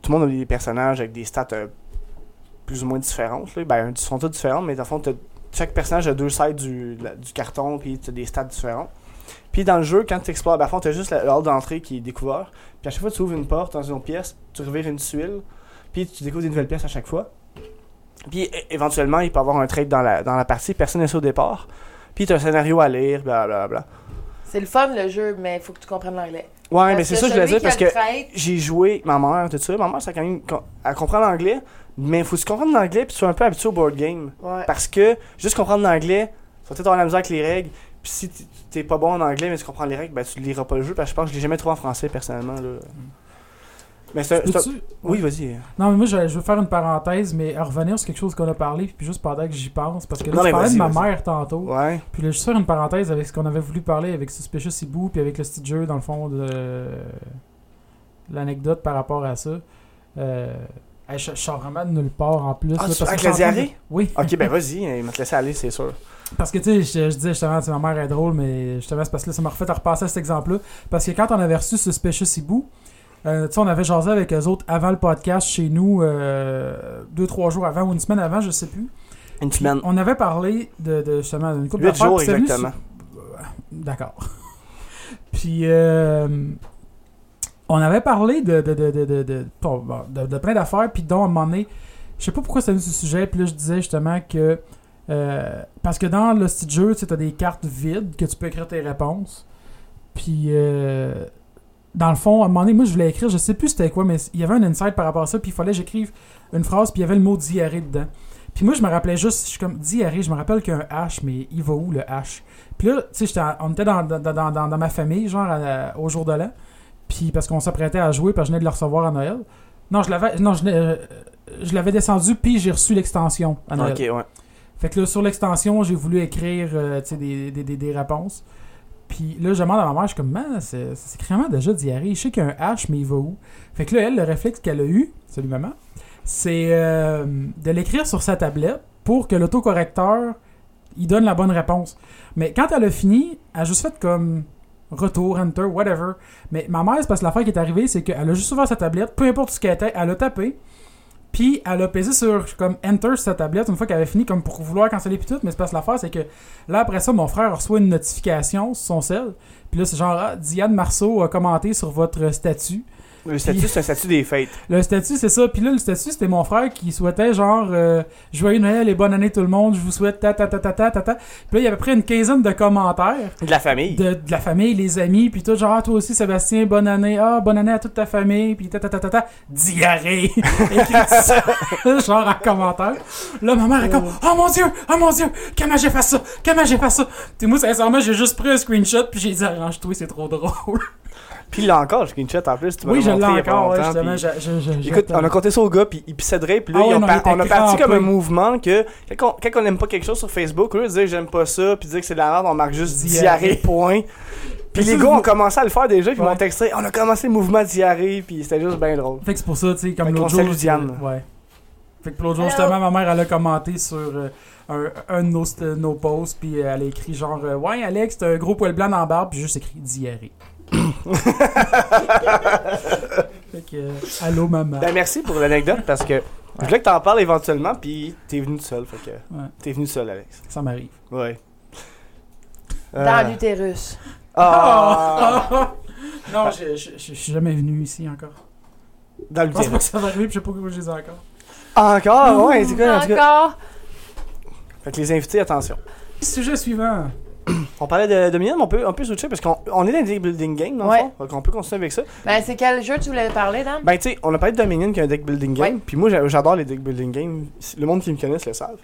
S1: tout le monde a des personnages avec des stats euh, plus ou moins différentes. Là. Ben, ils sont tous différents, mais dans le fond, t'as- chaque personnage a deux sides du, la- du carton, puis tu as des stats différents. Puis dans le jeu, quand tu explores, ben, à fond, tu as juste la- le hall d'entrée qui est découvert. Puis à chaque fois que tu ouvres une porte dans une autre pièce, tu revires une tuile, puis tu découvres des nouvelles pièces à chaque fois. Puis é- éventuellement, il peut y avoir un trade dans la, dans la partie, personne n'est ça au départ. Puis tu as un scénario à lire, blablabla.
S2: C'est le fun le jeu, mais il faut que tu comprennes l'anglais.
S1: Ouais, mais
S2: Parce
S1: c'est ça que je voulais
S2: Euh,
S1: dire
S2: celui qui a
S1: parce que
S2: le trait,
S1: j'ai joué ma mère, tout ça. Ma mère, ça quand même. com- Elle comprend l'anglais, mais faut que tu comprennes l'anglais puis tu sois un peu habitué au board game.
S2: ouais.
S1: Parce que juste comprendre l'anglais, tu vas peut-être avoir la misère avec les règles. Puis si t- t'es pas bon en anglais, mais tu comprends les règles, ben tu liras pas le jeu. Parce que je pense que je l'ai jamais trouvé en français personnellement. Là. Mais c'est un- c'est un-
S4: Peux-tu-
S1: Oui, vas-y.
S4: Non, mais moi, je, je veux faire une parenthèse, mais à revenir sur quelque chose qu'on a parlé, puis juste pendant que j'y pense, parce que là,
S1: Non,
S4: tu
S1: mais
S4: parlais de ma
S1: vas-y, vas-y.
S4: mère tantôt,
S1: Ouais.
S4: puis là, juste faire une parenthèse avec ce qu'on avait voulu parler avec Suspicious Hibou, puis avec le petit jeu, dans le fond, de l'anecdote par rapport à ça. Euh... hey, Je, je sors vraiment de nulle part en plus.
S1: Ah,
S4: là,
S1: tu-
S4: parce
S1: avec
S4: que
S1: la
S4: je suis en train de-
S1: diarrhée?
S4: Oui.
S1: Ok, ben vas-y, il m'a te laissé aller, c'est sûr.
S4: Parce que, tu sais, je, je disais justement, tu sais, ma mère est drôle, mais justement, c'est parce que là, ça m'a refait à repasser à cet exemple-là. Parce que quand on avait reçu Suspicious Hibou, euh, tu sais, on avait jasé avec eux autres avant le podcast chez nous, euh, deux, trois jours avant ou une semaine avant, je sais plus.
S1: Une
S4: Puis
S1: semaine.
S4: On avait parlé de, de justement d'une coupe
S1: 8
S4: d'affaires.
S1: jours
S4: puis c'était venu
S1: exactement.
S4: D'accord. Puis, euh, on avait parlé de, de, de, de, de, de- bon, bon, de- de plein d'affaires, puis dont à un moment donné, je sais pas pourquoi c'est venu ce sujet, puis là, je disais justement que. euh, parce que dans le style jeu, tu as des cartes vides que tu peux écrire tes réponses. Puis, euh, dans le fond, à un moment donné, moi, je voulais écrire, je sais plus c'était quoi, mais il y avait un insight par rapport à ça, puis il fallait que j'écrive une phrase, puis il y avait le mot diarrhée dedans. Puis moi, je me rappelais juste, je suis comme diarrhée, je me rappelle qu'il y a un H, mais il va où le H puis là, tu sais, j'étais en- on était dans, dans, dans, dans- dans ma famille, genre à- au jour de l'an. Puis parce qu'on s'apprêtait à jouer, parce que je venais de le recevoir à Noël. Non, je l'avais, non, je, l'ai- euh, je l'avais descendu, puis j'ai reçu l'extension à Noël.
S1: Ok, ouais.
S4: Fait que là, sur l'extension, j'ai voulu écrire euh, tu sais, des, des, des, des réponses. Puis là, je demande à ma mère, je suis comme, man, c'est c'est vraiment déjà diarrhée. Je sais qu'il y a un H, mais il va où? Fait que là, elle, le réflexe qu'elle a eu, salut maman, c'est euh, de l'écrire sur sa tablette pour que l'autocorrecteur il donne la bonne réponse. Mais quand elle a fini, elle a juste fait comme retour, enter, whatever. Mais ma mère, c'est parce que l'affaire qui est arrivée, c'est qu'elle a juste ouvert sa tablette, peu importe ce qu'elle était, elle a tapé. Puis elle a pesé sur comme enter sur sa tablette une fois qu'elle avait fini comme pour vouloir canceller puis tout, mais c'est parce que l'affaire c'est que là après ça mon frère reçoit une notification sur son cell. Puis là c'est genre Ah, Diane Marceau a commenté sur votre statut.
S1: Le statut, c'est un statut des fêtes.
S4: Le statut, c'est ça. Puis là, le statut, c'était mon frère qui souhaitait genre euh, Joyeux Noël et bonne année tout le monde, je vous souhaite ta ta ta ta ta ta ta. Puis là, il y avait près une quinzaine de commentaires
S1: De la famille.
S4: de, de la famille, les amis, puis tout, genre, Ah, toi aussi, Sébastien, bonne année, ah, bonne année à toute ta famille, puis ta ta ta ta ta, diarrhée, Écrit ça, genre en commentaire. Là, ma mère, est comme, oh mon dieu, oh mon dieu, comment j'ai fait ça, comment j'ai fait ça. Puis moi, sincèrement, j'ai juste pris un screenshot, puis j'ai dit, arrange-toi, c'est trop drôle.
S1: Puis il l'a encore, j'ai une chat en plus. Tu m'as
S4: oui, je l'ai
S1: montré il y a pas
S4: encore, ouais,
S1: longtemps,
S4: justement,
S1: puis-
S4: je- je- je- je-
S1: Écoute, on a compté ça au gars, puis il pissait de rire, puis là,
S4: Ah ouais,
S1: ils ont
S4: non,
S1: par-
S4: il était
S1: on a parti
S4: crampé.
S1: comme un mouvement que quand on, quand on aime pas quelque chose sur Facebook, eux, ils disent j'aime pas ça, puis dire que c'est de la merde, on marque juste
S4: Diarrhée.
S1: diarrhée, point. Puis
S4: Mais
S1: les
S4: ça,
S1: gars
S4: vous-
S1: ont commencé à le faire déjà, puis ils
S4: Ouais.
S1: m'ont texté on a commencé le mouvement diarrhée, puis c'était juste bien drôle.
S4: Fait que c'est pour ça, tu sais, comme
S1: Fait qu'on
S4: l'autre jour. euh,
S1: salue Diane.
S4: Ouais. Fait que pour l'autre jour,
S2: Hello.
S4: justement, ma mère, elle a commenté sur euh, un, un de nos, de nos posts, puis euh, elle a écrit genre euh, Ouais, Alex, t'as un gros poil blanc dans la barbe, puis juste écrit diarrhée. fait que, euh, allô, maman.
S1: Ben, merci pour l'anecdote, parce que je voulais que t'en parles éventuellement, puis t'es venu tout seul, fait que
S4: Ouais,
S1: t'es venu tout seul, Alex.
S4: ça m'arrive.
S1: Ouais.
S2: Dans
S1: Euh,
S2: l'utérus.
S1: ah,
S4: non, je, je, je- je suis jamais venu ici encore.
S1: Dans
S4: Je pense pas
S1: l'utérus.
S4: que ça va arriver, puis je sais pas pourquoi je les ai encore.
S1: Encore, ouais, c'est quoi, en tout cas.
S2: Encore.
S1: Fait que les invités, attention.
S4: Sujet suivant.
S1: Hein, On parlait de, de Minion, mais on peut, on peut switcher parce qu'on on est dans des building games, dans
S2: Ouais.
S1: le fond. Donc on peut continuer avec ça.
S2: Ben, c'est quel jeu tu voulais parler, Dan?
S1: Ben, tu sais, on a parlé de Dominion qui est un deck building game.
S2: Ouais.
S1: Puis moi, j'a- j'adore les deck building games. Le monde qui me connaisse le savent.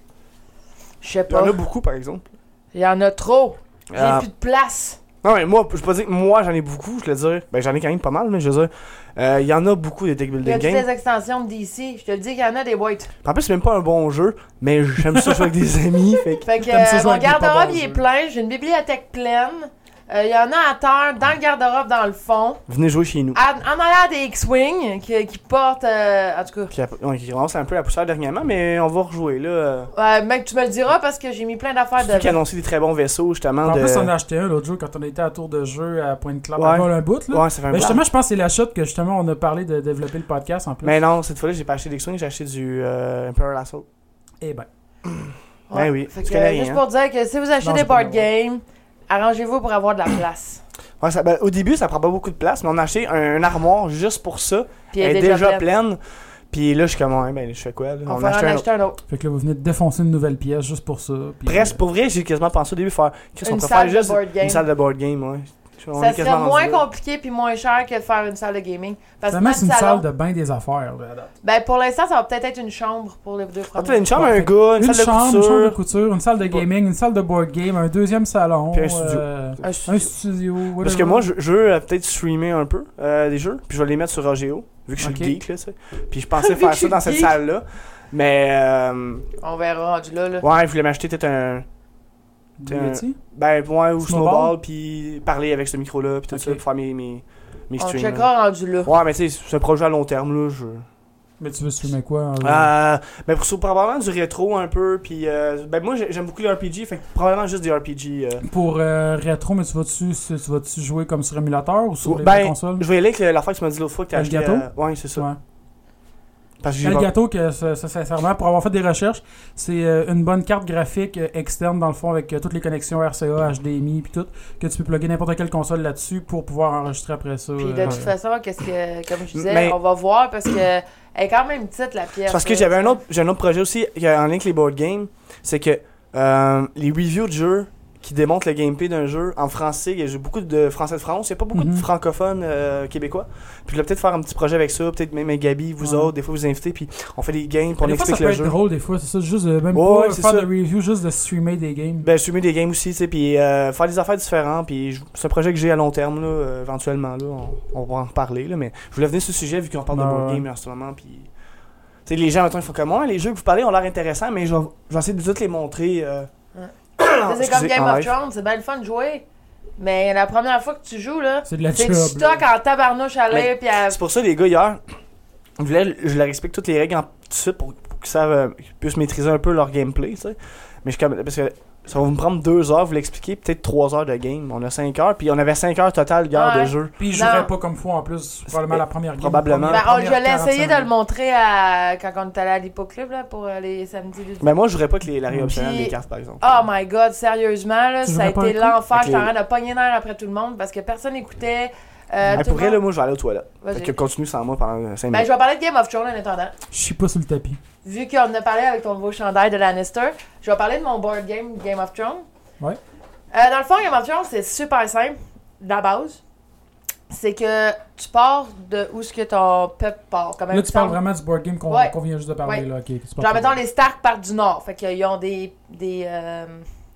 S2: Je sais
S1: Il y en
S2: pas.
S1: a beaucoup, par exemple.
S2: Il y en a trop. Oh. J'ai
S1: Ah.
S2: plus de place.
S1: Non, mais moi, je peux pas dire que moi, j'en ai beaucoup. Je veux dire, ben, j'en ai quand même pas mal, mais je veux dire, euh, il y en a beaucoup des deck
S2: Il y a
S1: building
S2: toutes
S1: games.
S2: les extensions d'ici. Je te le dis qu'il y en a des boîtes.
S1: En plus, c'est même pas un bon jeu, mais j'aime ça jouer avec des amis. Fait que.
S2: Fait que
S4: T'aimes ça
S2: euh,
S4: jouer
S2: mon
S4: avec des pas
S2: garde-robe,
S4: bons
S2: il est
S4: jeux.
S2: plein. J'ai une bibliothèque pleine. Euh, Il y en a à terre, dans le garde-robe, dans le fond.
S1: Venez jouer chez nous.
S2: À- en arrière des X-Wing qui, qui portent. euh, en tout cas,
S1: Qui a- on qui commence un peu la poussière dernièrement, mais on va rejouer, là. euh,
S2: ouais, mec, tu me le diras parce que j'ai mis plein d'affaires
S1: Surtout qui a
S2: de.
S1: annoncé des très bons vaisseaux, justement.
S4: En
S1: de...
S4: plus, on a acheté un l'autre jour quand on était à tour de jeu à Pointe-Claire.
S1: Ouais.
S4: avant un bout, là.
S1: Ouais, ça fait un
S4: Ben
S1: bout.
S4: justement, je pense que c'est la shot que justement on a parlé de développer le podcast en plus.
S1: Mais non, cette fois-là, j'ai pas acheté d'X-Wing, j'ai acheté du euh, Imperial Assault.
S4: Eh ben,
S1: Ben oui,
S2: Fait
S1: tu
S2: que,
S1: connais
S2: juste
S1: rien,
S2: pour dire que si vous achetez
S4: Non,
S2: des
S4: c'est pas
S2: board games, arrangez-vous pour avoir de la place.
S1: Ouais, ça- ben, au début, ça prend pas beaucoup de place, mais on a acheté un, un armoire juste pour ça.
S2: Puis elle
S1: est déjà, pleine. Puis là, je suis comme, ouais, ben, je fais quoi là?
S2: On, va en
S1: achète
S2: acheter
S1: un
S2: un
S1: autre.
S2: autre.
S4: fait que là, vous venez de défoncer une nouvelle pièce juste pour ça. puis,
S1: Presque,
S4: euh,
S1: pour vrai, j'ai quasiment pensé au début faire. Qu'est-ce qu'on
S2: Une
S1: peut
S2: salle
S1: faire
S2: de
S1: juste
S2: board game.
S1: une salle de board game, ouais. Je- on est
S2: Ça
S1: quasiment
S2: serait
S1: rendu
S2: moins
S1: là.
S2: compliqué puis moins cher que de faire une salle de gaming. Parce que
S4: Vraiment,
S2: notre
S4: c'est une
S2: salon,
S4: salle de bain des affaires. là, à date.
S2: ben pour l'instant, ça va peut-être être une chambre pour les deux
S1: Ah, t'as
S2: premiers.
S1: une chambre,
S4: Ouais,
S1: un
S4: fait-
S1: gars, une,
S4: une,
S1: salle
S4: chambre,
S1: de
S4: une chambre de
S1: couture.
S4: couture, une salle de gaming, une salle de board game, un deuxième salon,
S1: Puis un studio.
S4: euh,
S2: Un
S4: un
S2: studio.
S4: studio.
S1: Parce
S4: whatever.
S1: que moi, je, je veux euh, peut-être streamer un peu euh, des jeux, puis je vais les mettre sur OGO, vu que je suis
S4: Ok.
S1: le geek, là, tu sais. Puis je
S2: Vu
S1: pensais
S2: que
S1: faire
S2: je suis
S1: ça dans
S2: le
S1: cette
S2: geek.
S1: salle-là. Mais, euh,
S2: On verra rendu là. là.
S1: ouais, je voulais m'acheter peut-être un.
S4: Des Yeti?
S1: Ben, ouais, ou
S4: Snowball?
S1: snowball, puis parler avec ce micro-là, puis tout
S4: Ok.
S1: ça, pour faire mes, mes, mes
S2: On
S1: streams. là.
S2: checkera rendu là.
S1: Ouais, mais tu sais, c'est un projet à long terme, là. Je...
S4: Mais tu veux streamer quoi hein, là?
S1: Euh, ben, pour, sur- probablement du rétro un peu, puis. euh, ben, moi, j'ai- j'aime beaucoup les RPG, fait que probablement juste des RPG.
S2: Mm.
S1: euh.
S4: Pour euh, rétro, mais tu vas-tu tu vas-tu jouer comme sur émulateur ou sur les vraies
S1: ben,
S4: consoles?
S1: je vais y aller avec le- l'affaire que tu m'as dit l'autre fois que t'as acheté.
S4: Elgato?
S1: euh, ouais, c'est ça.
S4: Ouais.
S1: Parce que j'ai
S4: Le
S1: pas-
S4: gâteau que ça, ça, sincèrement, pour avoir fait des recherches, c'est euh, une bonne carte graphique euh, externe dans le fond avec euh, toutes les connexions RCA, HDMI puis tout, que tu peux plugger n'importe quelle console là-dessus pour pouvoir enregistrer après ça.
S2: Puis
S4: euh,
S2: de
S4: ouais.
S2: toute façon, qu'est-ce que comme je disais,
S1: Mais-
S2: on va voir parce que elle est quand même petite la pièce.
S1: C'est parce que
S2: là.
S1: j'avais un autre, j'ai un autre projet aussi qui a en lien avec les board games, c'est que euh, les reviews de jeux qui démontrent le gameplay d'un jeu en français, il y a beaucoup de français de France, il n'y a pas beaucoup
S4: Mhm.
S1: de francophones euh, québécois. Puis je vais peut-être faire un petit projet avec ça, peut-être même avec Gabi, vous
S4: Ouais.
S1: autres, des fois vous invitez, puis on fait des games, puis on
S4: des fois, ça
S1: explique
S4: peut
S1: le
S4: être
S1: jeu.
S4: drôle des fois, c'est ça, juste de même
S1: Ouais,
S4: pas
S1: ouais, c'est
S4: faire
S1: ça.
S4: de review, juste de streamer des games.
S1: Ben, je suis mis des games aussi, tu sais, puis euh, faire des affaires différentes, puis je- c'est un projet que j'ai à long terme, là, euh, éventuellement, là, on, on va en reparler, là, mais je voulais venir sur ce sujet vu qu'on parle
S4: Ben
S1: de board
S4: ouais.
S1: game en ce moment, puis... Tu sais, les gens, maintenant, ils font comme moi, les jeux que vous parlez ont l'air intéressants, mais je vais je vais essayer de toutes les montrer... euh,
S2: Ça, C'est comme
S1: excusez,
S2: Game
S1: en
S2: of
S1: live.
S2: Thrones, c'est bien le fun de jouer. Mais la première fois que tu joues là,
S4: C'est de la
S2: c'est
S4: job.
S2: du
S4: là.
S2: stock en tabarnouche à l'air puis à
S1: C'est pour ça, les gars, hier, je, voulais- je leur explique toutes les règles en tout de suite pour, pour qu'ils savent, euh, qu'ils puissent maîtriser un peu leur gameplay, tu sais. Mais je suis comme, parce que ça va me prendre deux heures, vous l'expliquer, peut-être trois heures de game. On a cinq heures, puis on avait cinq heures total hier
S2: Ouais.
S1: de jeu.
S4: Puis je jouerais
S2: Non.
S4: pas comme fou en plus, probablement Bah, la première game.
S1: Probablement.
S2: Ben,
S4: première-
S2: on- je
S4: première
S2: l'ai essayé
S4: 45
S2: de le
S4: minutes.
S2: montrer à- quand on est allé à l'Hippoclub là, pour euh, les samedis. les-
S1: Mais moi, je jouerais pas que les l'arrivée optionnelle
S2: Puis-
S1: des cartes, par exemple.
S2: Oh my god, sérieusement, là,
S4: Tu
S2: ça a
S4: jouerais pas
S2: été
S4: un coup?
S2: l'enfer.
S1: Avec
S2: J'étais en
S1: les-
S2: train de pogner l'air après tout le monde parce que personne n'écoutait. Euh,
S1: Ah,
S2: tout
S1: pour
S2: le
S1: vrai, là,
S2: monde-
S1: moi, je vais aller aux toilettes. Fait
S2: Vas-y.
S1: que continue sans moi pendant 5
S2: Ben,
S1: minutes.
S2: je vais parler de Game of Thrones en attendant.
S4: Je suis pas sur le tapis.
S2: Vu qu'on en a parlé avec ton nouveau chandail de Lannister, je vais parler de mon board game Game of Thrones.
S4: Ouais.
S2: Euh, dans le fond, Game of Thrones, c'est super simple. La base, c'est que tu pars de où ce que ton peuple part. Comme
S4: Là, tu parles vraiment du board game qu'on
S2: Ouais.
S4: qu'on vient juste de parler.
S2: Ouais.
S4: Là. ok, c'est pas
S2: Genre,
S4: grave.
S2: mettons, les Stark partent du nord. Fait qu'ils ont des, des, euh,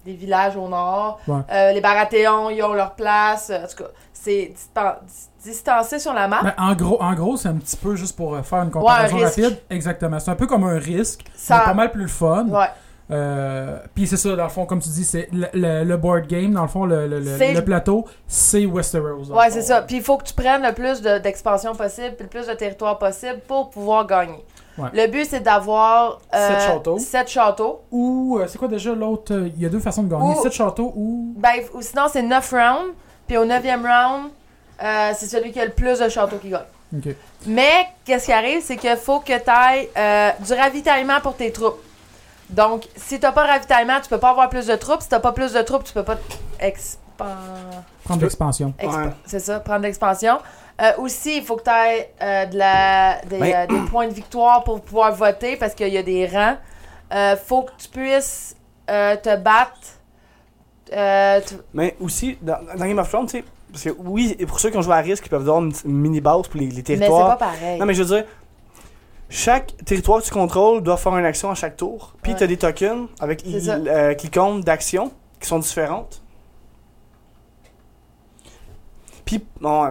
S2: des villages au nord.
S4: Ouais.
S2: Euh, les Baratheons, ils ont leur place. euh, En tout cas, c'est distan- distancé sur la map.
S4: Ben, en gros, en gros c'est un petit peu juste pour euh, faire une
S2: Ah!
S4: comparaison
S2: Ouais, un risque.
S4: rapide. Exactement. C'est un peu comme un risque,
S2: Ça-
S4: mais pas mal plus le fun.
S2: Ouais.
S4: Euh, Puis c'est ça, dans le fond, comme tu dis, c'est le, le- le board game, dans le fond, le, le- le-
S2: C'est-
S4: le plateau, c'est Westeros. dans
S2: Ouais,
S4: le
S2: c'est
S4: fond.
S2: ça. Puis il faut que tu prennes le plus de- d'expansion possible, puis le plus de territoire possible pour pouvoir gagner.
S4: Ouais.
S2: Le but, c'est d'avoir.
S4: Sept châteaux.
S2: 7 châteaux.
S4: Ou, euh, c'est quoi déjà l'autre euh, Il y a deux façons de gagner
S2: Ou-
S4: 7 châteaux ou.
S2: Ben, f- ou sinon, c'est 9 rounds. Puis au 9e round, euh, c'est celui qui a le plus de châteaux qui gagne.
S4: Ok.
S2: Mais qu'est-ce qui arrive, c'est qu'il faut que tu ailles du ravitaillement pour tes troupes. Donc, si t'as pas ravitaillement, tu peux pas avoir plus de troupes. Si t'as pas plus de troupes, tu peux pas expan-
S4: Prendre
S1: peux-
S4: l'expansion.
S2: expa-
S1: Ouais.
S2: C'est ça, prendre l'expansion. Euh, aussi, il faut que tu ailles de la, des,
S1: Ben-
S2: euh, des points de victoire pour pouvoir voter parce qu'il y a des rangs. Euh, faut que tu puisses euh, te battre. Euh, tu-
S1: Mais aussi, dans, dans Game of Thrones, tu sais, parce que oui, et pour ceux qui ont joué à risque, ils peuvent avoir une mini base pour les, les
S2: mais c'est pas
S1: territoires.
S2: pareil.
S1: non, mais je veux dire, chaque territoire que tu contrôles doit faire une action à chaque tour. Puis
S2: Ouais.
S1: tu as des tokens avec
S2: C'est ça.
S1: l- euh, avec l'icône d'action qui sont différentes. Puis, bon, euh,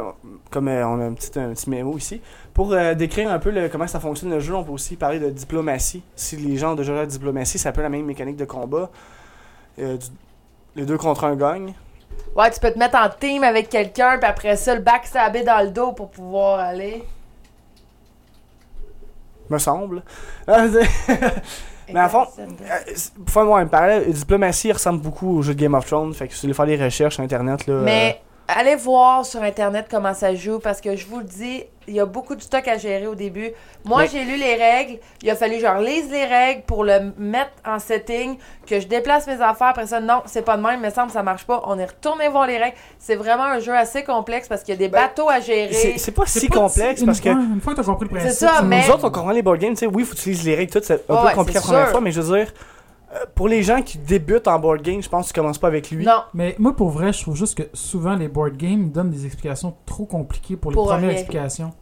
S1: comme euh, on a un petit, un petit mémo ici, pour euh, décrire un peu le- comment ça fonctionne le jeu, on peut aussi parler de diplomatie. Si les gens ont déjà joué à la diplomatie, c'est un peu la même mécanique de combat. Euh, du- les deux contre un gagnent.
S2: Ouais, tu peux te mettre en team avec quelqu'un, puis après ça, le backstabber dans le dos pour pouvoir aller.
S1: me semble. Euh, Mais à fond, euh, c'est- pour faire moi un parallèle, la diplomatie ressemble beaucoup au jeu de Game of Thrones. Fait que si vous voulez faire des recherches sur Internet, là,
S2: Mais allez voir sur Internet comment ça joue, parce que je vous le dis, il y a beaucoup de stock à gérer au début. Moi,
S1: Mais-
S2: j'ai lu les règles. Il a fallu que je relise les règles pour le mettre en setting, que je déplace mes affaires. Après ça, non, c'est pas de même, mais semble que ça marche pas. On est retourné voir les règles. C'est vraiment un jeu assez complexe parce qu'il y a des
S1: Ben,
S2: bateaux à
S1: euh, c'est
S2: gérer.
S1: c'est pas si
S4: C'est pas-
S1: complexe
S4: une
S1: parce que
S4: fois- Une fois que t'as compris le
S2: C'est
S4: principe.
S2: ça,
S4: c'est-
S2: mais-
S1: nous autres, on comprend les board games. tu sais, oui, il faut utiliser les règles, tout. C'est un
S2: Ouais,
S1: peu compliqué la
S2: c'est
S1: première
S2: sûr.
S1: fois, mais je veux dire, euh, pour les gens qui débutent en board game, je pense que tu commences pas avec lui.
S2: Non,
S4: Mais moi, pour vrai, je trouve juste que souvent les board games donnent des explications trop compliquées pour les
S2: Pour
S4: premières
S2: rien.
S4: explications.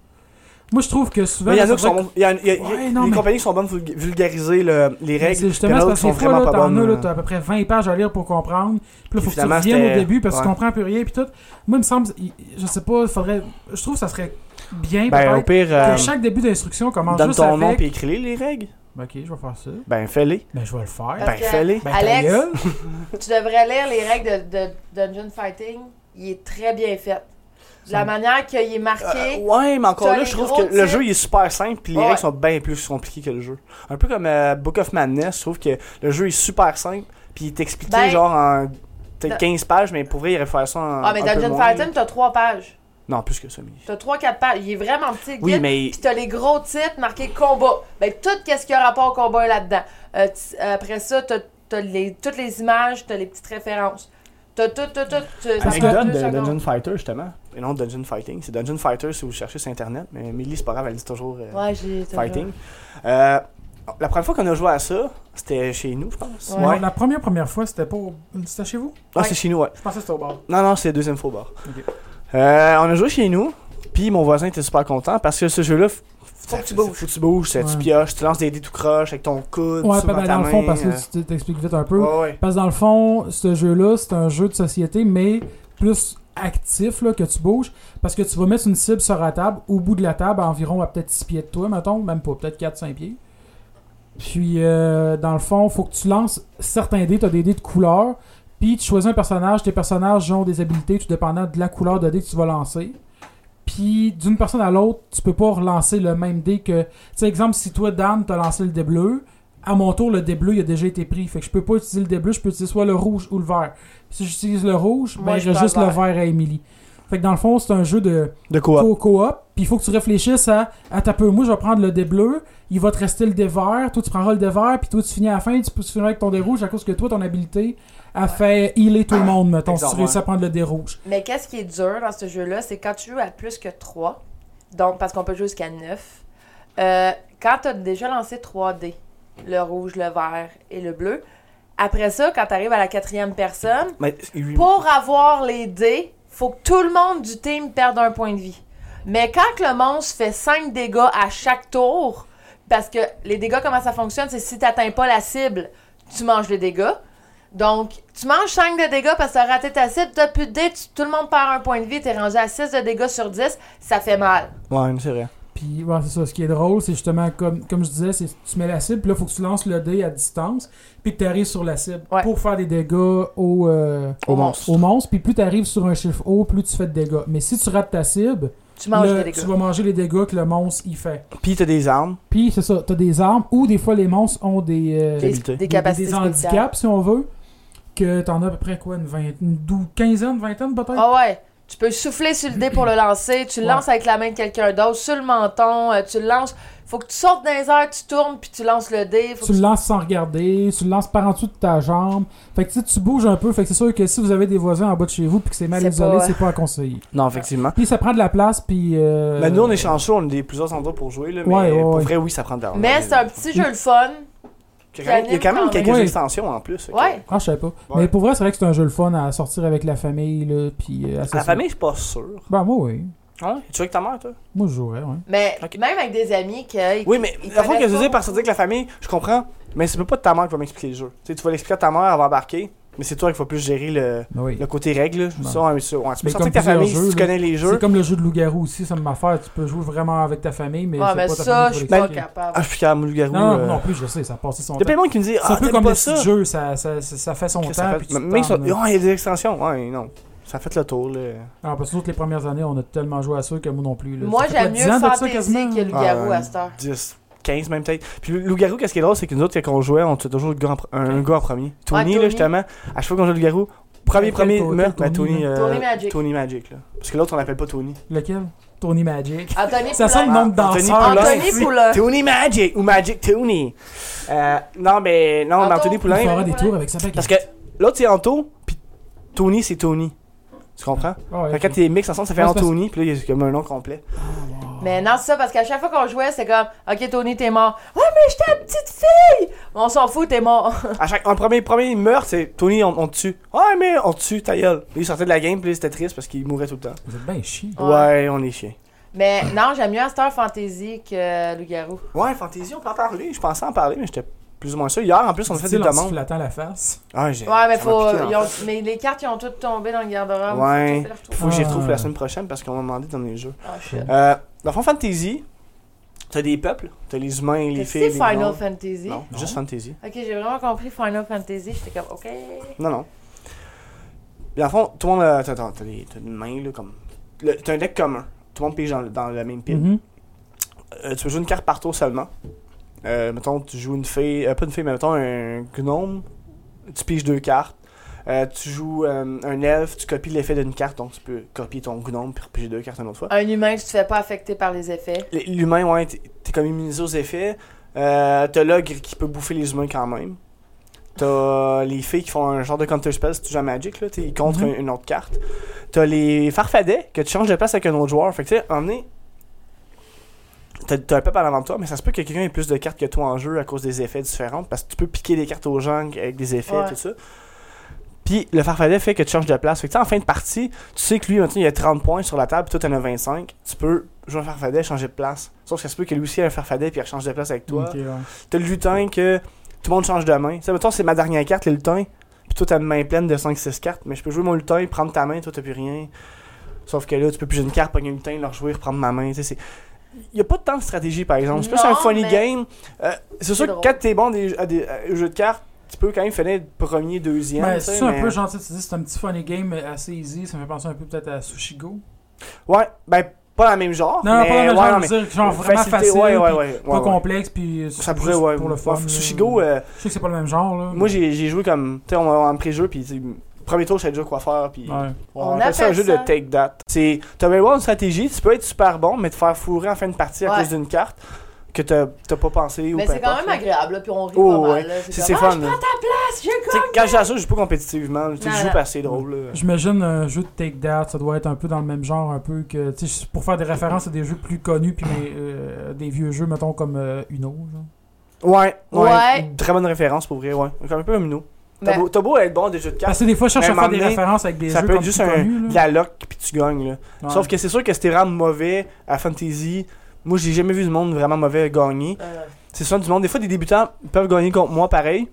S4: Moi, je trouve que souvent.
S1: Mais il y en
S4: ça
S1: a qui sont.
S4: devrait-
S1: bons- il y en- il y a- il y a-
S4: Ouais, non,
S1: les
S4: mais-
S1: compagnies qui sont bonnes pour vulga- vulgariser le- les règles. puis il
S4: Mais C'est
S1: y en
S4: justement
S1: a d'autres
S4: parce
S1: qui sont
S4: que des fois,
S1: vraiment
S4: là,
S1: pas
S4: t'en as, là,
S1: bonnes.
S4: t'as à peu près 20 pages à lire pour comprendre. Puis là, faut que tu
S1: Finalement,
S4: reviennes au
S1: c'était-
S4: début parce que tu
S1: ouais.
S4: comprends plus rien. Puis tout. Moi, il me semble, il- je sais pas, faudrait. Je trouve que ça serait bien
S1: Ben, au
S4: peut-être,
S1: pire,
S4: que
S1: euh,
S4: chaque début d'instruction commence
S1: donne
S4: juste
S1: ton
S4: avec.
S1: nom puis écris les règles.
S4: Ben, ok, je vais faire ça.
S1: Ben, fais-les.
S4: Ben, je vais le faire.
S1: Ben,
S2: Parce que-
S1: fais-les.
S4: Ben, ta
S2: Alex,
S4: gueule.
S2: Tu devrais lire les règles de, de Dungeon Fighting. Il est très bien fait. De la
S4: Ça-
S2: manière qu'il est marqué.
S1: Euh, ouais, mais encore
S2: T'as
S1: là,
S2: les
S1: je trouve
S2: gros
S1: que le
S2: titres.
S1: jeu il est super simple, puis les
S2: Ouais.
S1: règles sont bien plus compliquées que le jeu. Un peu comme euh, Book of Madness, je trouve que le jeu est super simple, puis il t'explique
S2: Ben-
S1: genre en peut-être
S2: Da-
S1: 15 pages, mais pour vrai, il aurait fallu faire ça en.
S2: ah, mais
S1: un peu
S2: Dungeon
S1: moins.
S2: Fighting, t'as trois pages.
S1: Non, plus que ça, mais.
S2: T'as trois, quatre pages. Il est vraiment petit, le
S1: Oui,
S2: guide.
S1: mais.
S2: Puis t'as les gros titres marqués combat. Ben, tout qu'est-ce qui a rapport au combat est là-dedans. Euh, t- après ça, t'as t'as les, toutes les images, t'as les petites références. T'as tout, tout, tout. tu- ça prend
S1: Anecdote
S2: deux
S1: de
S2: secondes.
S1: Dungeon Fighter, justement. Et non, Dungeon Fighting. C'est Dungeon Fighter si vous cherchez sur Internet, mais Millie, c'est pas grave, elle dit toujours. euh,
S2: Ouais, j'ai. t'as
S1: Fighting. Euh, la première fois qu'on a joué à ça, c'était chez nous, je pense.
S2: Ouais.
S4: Non, La première première fois, c'était pas. au- C'était chez vous
S1: Ah,
S2: Ouais.
S1: c'est chez nous, ouais.
S4: Je pensais que c'était au bar.
S1: Non, non, c'est le deuxième faux bord.
S4: Ok.
S1: Euh, on a joué chez nous, puis mon voisin était super content parce que ce jeu-là. f-
S2: Faut que tu
S1: c'est-
S2: bouges.
S1: Faut que tu bouges, c'est- tu
S4: Ouais.
S1: pioches, tu lances des dés tout croche avec ton coude.
S4: Ouais,
S1: tu
S4: ben,
S1: dans
S4: ben,
S1: ta
S4: dans le
S1: main,
S4: fond, parce
S1: euh,
S4: que tu t'expliques vite un peu.
S1: ouais, ouais.
S4: Parce que dans le fond, ce jeu-là, c'est un jeu de société, mais plus actif, là, que tu bouges. Parce que tu vas mettre une cible sur la table, au bout de la table, à environ à peut-être 6 pieds de toi, mettons, même pas, peut-être 4-5 pieds. Puis, euh, dans le fond, faut que tu lances certains dés, tu as des dés de couleur. Puis, tu choisis un personnage, tes personnages ont des habilités, tout dépendant de la couleur de dés que tu vas lancer. Puis d'une personne à l'autre, tu peux pas relancer le même dé que. Tu sais, exemple, si toi, Dan, t'as lancé le dé bleu, à mon tour, le dé bleu, il a déjà été pris. Fait que je peux pas utiliser le dé bleu, je peux utiliser soit le rouge ou le vert. Si j'utilise le rouge, ben,
S2: Moi, je
S4: j'ai
S2: prends
S4: juste
S2: le
S4: le
S2: vert.
S4: vert à Emily. Fait que dans le fond, c'est un jeu de
S1: De quoi
S4: co- coop. Puis il faut que tu réfléchisses à, à ta peu. Moi, je vais prendre le dé bleu, il va te rester le dé vert, toi tu prendras le dé vert, puis toi tu finis à la fin, tu peux tu finiras avec ton dé rouge à cause que toi, ton habilité a fait healer tout le monde, mettons, si tu
S1: Exactement.
S4: réussis à prendre le dé rouge.
S2: Mais qu'est-ce qui est dur dans ce jeu-là, c'est quand tu joues à plus que 3, donc parce qu'on peut jouer jusqu'à 9, euh, quand tu as déjà lancé 3 dés, le rouge, le vert et le bleu, après ça, quand tu arrives à la quatrième personne,
S1: Mais, il-
S2: pour avoir les dés, faut que tout le monde du team perde un point de vie. Mais quand que le monstre fait 5 dégâts à chaque tour, parce que les dégâts, comment ça fonctionne, c'est si tu n'atteins pas la cible, tu manges les dégâts. Donc, tu manges 5 de dégâts parce que tu as raté ta cible, tu plus de dés, tu- tout le monde perd un point de vie, tu es rendu à 6 de dégâts sur 10, ça fait mal.
S1: Ouais, c'est vrai.
S4: Puis, ouais, c'est ça. Ce qui est drôle, c'est justement, comme, comme je disais, c'est tu mets la cible, puis là, faut que tu lances le dé à distance, puis que tu arrives sur la cible
S2: Ouais.
S4: pour faire des dégâts au, euh,
S1: Au monstre.
S4: au monstre. Puis plus tu arrives sur un chiffre haut, plus tu fais de dégâts. Mais si tu rates ta cible,
S2: Tu manges
S4: là,
S2: les
S4: tu
S2: dégâts.
S4: vas manger les dégâts que le monstre y fait.
S1: Puis t'as des armes.
S4: Puis, c'est ça, tu as des armes, ou des fois, les monstres ont des, euh,
S2: Des,
S1: habilité.
S2: des capacités
S4: des
S2: spéciales.
S4: handicaps, si on veut, que tu en as à peu près quoi, une, vingt- une dou- quinzaine, vingtaine peut-être?
S2: Ah ouais. Tu peux souffler sur le dé pour le lancer, tu le
S4: Ouais.
S2: lances avec la main de quelqu'un d'autre, sur le menton, euh, tu le lances. Faut que tu sortes dans les airs, tu tournes, puis tu lances le dé. Faut
S4: Tu
S2: que
S4: le lances sans regarder, tu le lances par en dessous de ta jambe. Fait que tu sais, tu bouges un peu. Fait que c'est sûr que si vous avez des voisins en bas de chez vous puis que c'est mal
S2: C'est
S4: isolé,
S2: pas-
S4: c'est pas à conseiller.
S1: Non, effectivement.
S4: Puis ça prend de la place puis. euh,
S1: Mais Ben, nous, on est chanceux, on a des plusieurs endroits pour jouer, là, mais
S4: Ouais, ouais,
S1: pour
S4: ouais.
S1: vrai, oui, ça prend de l'argent.
S2: Mais c'est un petit jeu le fun.
S1: Il y a quand même- il y a quand même
S2: qui anime
S1: quelques
S4: quand même.
S1: extensions en plus. ok.
S2: Ouais.
S4: Ah, je savais pas. Mais pour vrai, c'est vrai que c'est un jeu le fun à sortir avec la famille là, puis. euh, à
S1: La
S4: s'asseoir.
S1: famille, je suis pas sûr.
S4: Ben moi oui,
S1: Hein? Tu joues avec ta mère, toi
S4: moi je jouerais. Ouais.
S2: Mais
S1: Ok.
S2: même avec des amis qui. euh, ils-
S1: Oui, mais
S2: ils
S1: la fois que
S2: connaissent
S1: je veux
S2: pas
S1: dire par se
S2: beaucoup.
S1: dire que la famille, je comprends, mais c'est même pas de ta mère qui va m'expliquer le jeu. Tu sais, tu vas l'expliquer à ta mère, elle va embarquer, mais c'est toi qui vas plus gérer le,
S4: Ben oui.
S1: le côté règle. là.
S4: Non.
S1: Ça, on- ça, ouais, tu peux
S4: Mais
S1: sortir
S4: comme
S1: avec ta
S4: plusieurs
S1: famille si
S4: jeux,
S1: tu
S4: là,
S1: connais les
S4: C'est
S1: jeux.
S4: comme le jeu de loup-garou aussi, ça m'a affaire. Tu peux jouer vraiment avec ta famille, mais
S2: Ah,
S4: c'est
S2: mais
S4: pas
S2: ça,
S4: ta famille
S2: je
S4: pour
S2: suis pas
S4: l'expliquer.
S2: capable.
S1: Ah, je suis à Mulgarou.
S4: Non, non,
S1: euh,
S4: non plus, je sais, ça passait son
S1: Il y a
S4: temps.
S1: plein de monde qui me dit,
S4: C'est
S1: ah,
S4: un peu
S1: t'aimes
S4: comme
S1: pas
S4: le
S1: ça.
S4: petit jeu, ça, ça, ça, ça fait son
S1: Qu'est-ce que
S4: temps.
S1: ça
S4: puis
S1: fait?
S4: tu te
S1: Même ça-
S4: tannes, là.
S1: Ah, il y a des extensions. Ouais, non. Ça a fait le tour, là.
S4: Alors, parce que nous autres, les premières années, on a tellement joué à ça que moi non plus. Là.
S2: Moi,
S4: Ça fait
S2: j'aime
S4: quoi,
S2: mieux
S4: 10 ans de ça,
S2: Fantasy
S4: quasiment?
S2: que le garou
S1: Ah,
S2: à cette heure.
S1: 10, 15 même peut-être. Puis le Loup-Garou, qu'est-ce qui est drôle, c'est que nous autres, quand on jouait, on tuait toujours le gars en pr- un, un gars en premier. Tony, là,
S2: Tony.
S1: justement, à chaque fois qu'on jouait le Loup-Garou, premier,
S4: Quel
S1: premier,
S4: Tony,
S1: meurtre,
S4: quel
S1: ben, Tony,
S4: Tony,
S1: euh,
S2: Tony Magic.
S1: Tony Magic, là. Parce que l'autre, on l'appelle pas Tony.
S4: Lequel Tony Magic.
S2: Anthony
S4: Ça sent le
S2: Poulain.
S4: nom de
S1: Anthony
S4: danseur. là.
S1: Poulain.
S2: Anthony Poulain.
S1: Tony Magic ou Magic Tony. Euh, non, mais non,
S2: Anto.
S1: mais Anthony
S4: Il
S1: Poulain.
S4: fera des tours avec ça.
S1: Parce que l'autre, c'est Anto, puis Tony, c'est Tony. Tu comprends?
S4: Ah
S1: Fait que Quand t'es mix ensemble, ça fait
S4: Ouais, c'est parce-
S1: Anthony, puis là, il y a comme un nom complet.
S2: Mais non, c'est ça, parce qu'à chaque fois qu'on jouait, c'est comme Ok, Tony, t'es mort. Ouais, mais j'étais la petite fille On s'en fout, t'es mort.
S1: À chaque, en premier, premier meurtre, c'est Tony, on, on te tue. Ouais, mais on te tue, ta gueule. Lui, il sortait de la game, puis là, c'était triste parce qu'il mourait tout le temps.
S4: Vous êtes bien chiant.
S2: Ouais.
S1: Ouais, on est chien.
S2: Mais non, j'aime mieux à cette heure Fantasy que Loup-Garou.
S1: Ouais, Fantasy, on peut en parler. Je pensais en parler, mais j'étais plus ou moins sûr. Hier, en plus, on a fait des
S4: Tu sais, en
S1: demandes.
S4: flattant la face.
S1: Ah, j'ai-
S2: Ouais, mais,
S1: ça m'a
S2: faut, euh,
S1: piqué, en
S2: ils ont-
S1: fait.
S2: mais les cartes, ils ont toutes tombé dans le garde-robe.
S1: Ouais.
S2: Faut les retrouver.
S1: Faut que j'y retrouve
S4: Ah.
S1: la semaine prochaine parce qu'on m'a demandé dans les jeux.
S2: Oh, shit.
S1: Euh, dans le fond, Fantasy, t'as des peuples. T'as les humains, les filles,
S2: C'est
S1: les
S2: Final
S1: gnomes.
S2: Fantasy.
S1: Non, juste Fantasy.
S2: Ok, j'ai vraiment compris Final Fantasy. J'étais comme, ok.
S1: Non, non. Dans le fond, tout le monde a- t'as t'as- t'as des- t'as une main, là, comme. le- T'as un deck commun. Tout le monde pige dans, le- dans la même pile.
S4: Mhm.
S1: Euh, tu peux jouer une carte par tour seulement. Euh, mettons, tu joues une fille, euh, pas une fille, mais mettons un gnome, tu piges deux cartes. Euh, tu joues euh, un elfe, tu copies l'effet d'une carte, donc tu peux copier ton gnome puis repiger deux cartes une autre fois.
S2: Un humain, tu te fais pas affecter par les effets.
S1: L- L'humain, ouais, t'es t'es comme immunisé aux effets. Euh, t'as l'ogre qui peut bouffer les humains quand même. T'as les filles qui font un genre de counter spell si tu joues à Magic, là, t'es- ils contre
S2: Mm-hmm.
S4: Mhm.
S1: un- une autre carte. T'as les farfadets que tu changes de place avec un autre joueur. Fait que tu sais, emmener. T'as t'as un peuple à l'avant de toi, mais ça se peut que quelqu'un ait plus de cartes que toi en jeu à cause des effets différents. Parce que tu peux piquer des cartes aux gens avec des effets,
S2: Ouais.
S1: tout ça. Puis le farfadet fait que tu changes de place. Fait que tu sais, en fin de partie, tu sais que lui, maintenant, il a 30 points sur la table, puis toi, t'en as 25. Tu peux jouer un farfadet, changer de place. Sauf que ça se peut que lui aussi ait un farfadet, puis il change de place avec toi.
S4: Ok, ouais.
S1: T'as le lutin que tout le monde change de main. Tu sais, mettons, c'est ma dernière carte, le lutin. Puis toi, t'as une main pleine de 5-6 cartes. Mais je peux jouer mon lutin, prendre ta main, toi, t'as plus rien. Sauf que là, tu peux piger une carte, pogner le lutin, le rejouer, reprendre ma main. Tu sais, c'est. Il a pas de temps de stratégie, par exemple. C'est plus
S2: Non,
S1: un funny
S2: mais-
S1: game. Euh, c'est sûr
S2: drôle.
S1: que quand t'es bon des, à des à- aux jeux de cartes, tu peux quand même finir premier, deuxième.
S4: Ben,
S1: tu sais,
S4: c'est un
S1: mais-
S4: peu gentil de te dire, c'est un petit funny game assez easy. Ça me fait penser un peu peut-être à Sushigo.
S1: Ouais, ben Pas dans le même genre.
S4: Non,
S1: mais,
S4: pas dans le
S1: ouais,
S4: genre,
S1: non,
S4: je
S1: mais
S4: veux dire, genre vraiment
S1: facilité,
S4: facile,
S1: ouais,
S4: puis
S1: ouais, ouais,
S4: pas
S1: ouais, ouais.
S4: complexe, puis
S1: Ça
S4: juste
S1: pourrait, ouais.
S4: pour le
S1: ouais.
S4: fun.
S1: Sushigo,
S4: là.
S1: euh,
S4: Je sais que c'est pas le même genre, là.
S1: moi j'ai j'ai joué comme. Tu sais, on a un pré-jeu, puis tu sais, premier tour, je savais déjà quoi faire, puis.
S4: Ouais.
S2: On
S1: appelle ça un
S2: appelle
S1: jeu
S2: ça-
S1: de take that. C'est. T'as bien voir une stratégie, tu peux être super bon, mais te faire fourrer en fin de partie à
S2: Ouais.
S1: cause d'une carte que t'as t'as pas pensé ou
S2: Mais
S1: peu
S2: c'est quand
S1: importe,
S2: même
S1: là.
S2: agréable, là, puis on rit
S1: Oh,
S2: pas mal.
S1: ouais.
S2: là.
S1: C'est
S2: comme,
S1: c'est
S2: Ah,
S1: fun.
S2: je
S1: là.
S2: place, je
S1: Tu sais, quand je joue à ça, je joue pas compétitivement. Tu sais,
S2: Non,
S1: Je joue
S2: non.
S1: parce que c'est drôle. là.
S4: J'imagine un jeu de Take That, ça doit être un peu dans le même genre, un peu que. Tu sais, pour faire des références à des jeux plus connus, puis mais, euh, des vieux jeux, mettons comme euh, Uno. Genre.
S1: Ouais, ouais.
S2: Ouais.
S1: Une Très bonne référence pour vrai, ouais. Comme un peu un minot. T'as
S2: Ben,
S1: beau, t'as beau être bon à des jeux de cartes,
S4: Parce que des fois, je cherche
S1: Mais
S4: à faire des
S1: m'emmener,
S4: références avec des
S1: ça
S4: jeux
S1: peut
S4: comme
S1: être
S4: plus
S1: juste un,
S4: connus.
S1: de
S4: Là.
S1: la loc puis tu gagnes. Là.
S4: Ouais.
S1: Sauf que c'est sûr que c'était vraiment mauvais à Fantasy. Moi, j'ai jamais vu du monde vraiment mauvais gagner.
S2: euh,
S1: C'est souvent du monde. Des fois, des débutants peuvent gagner contre moi pareil.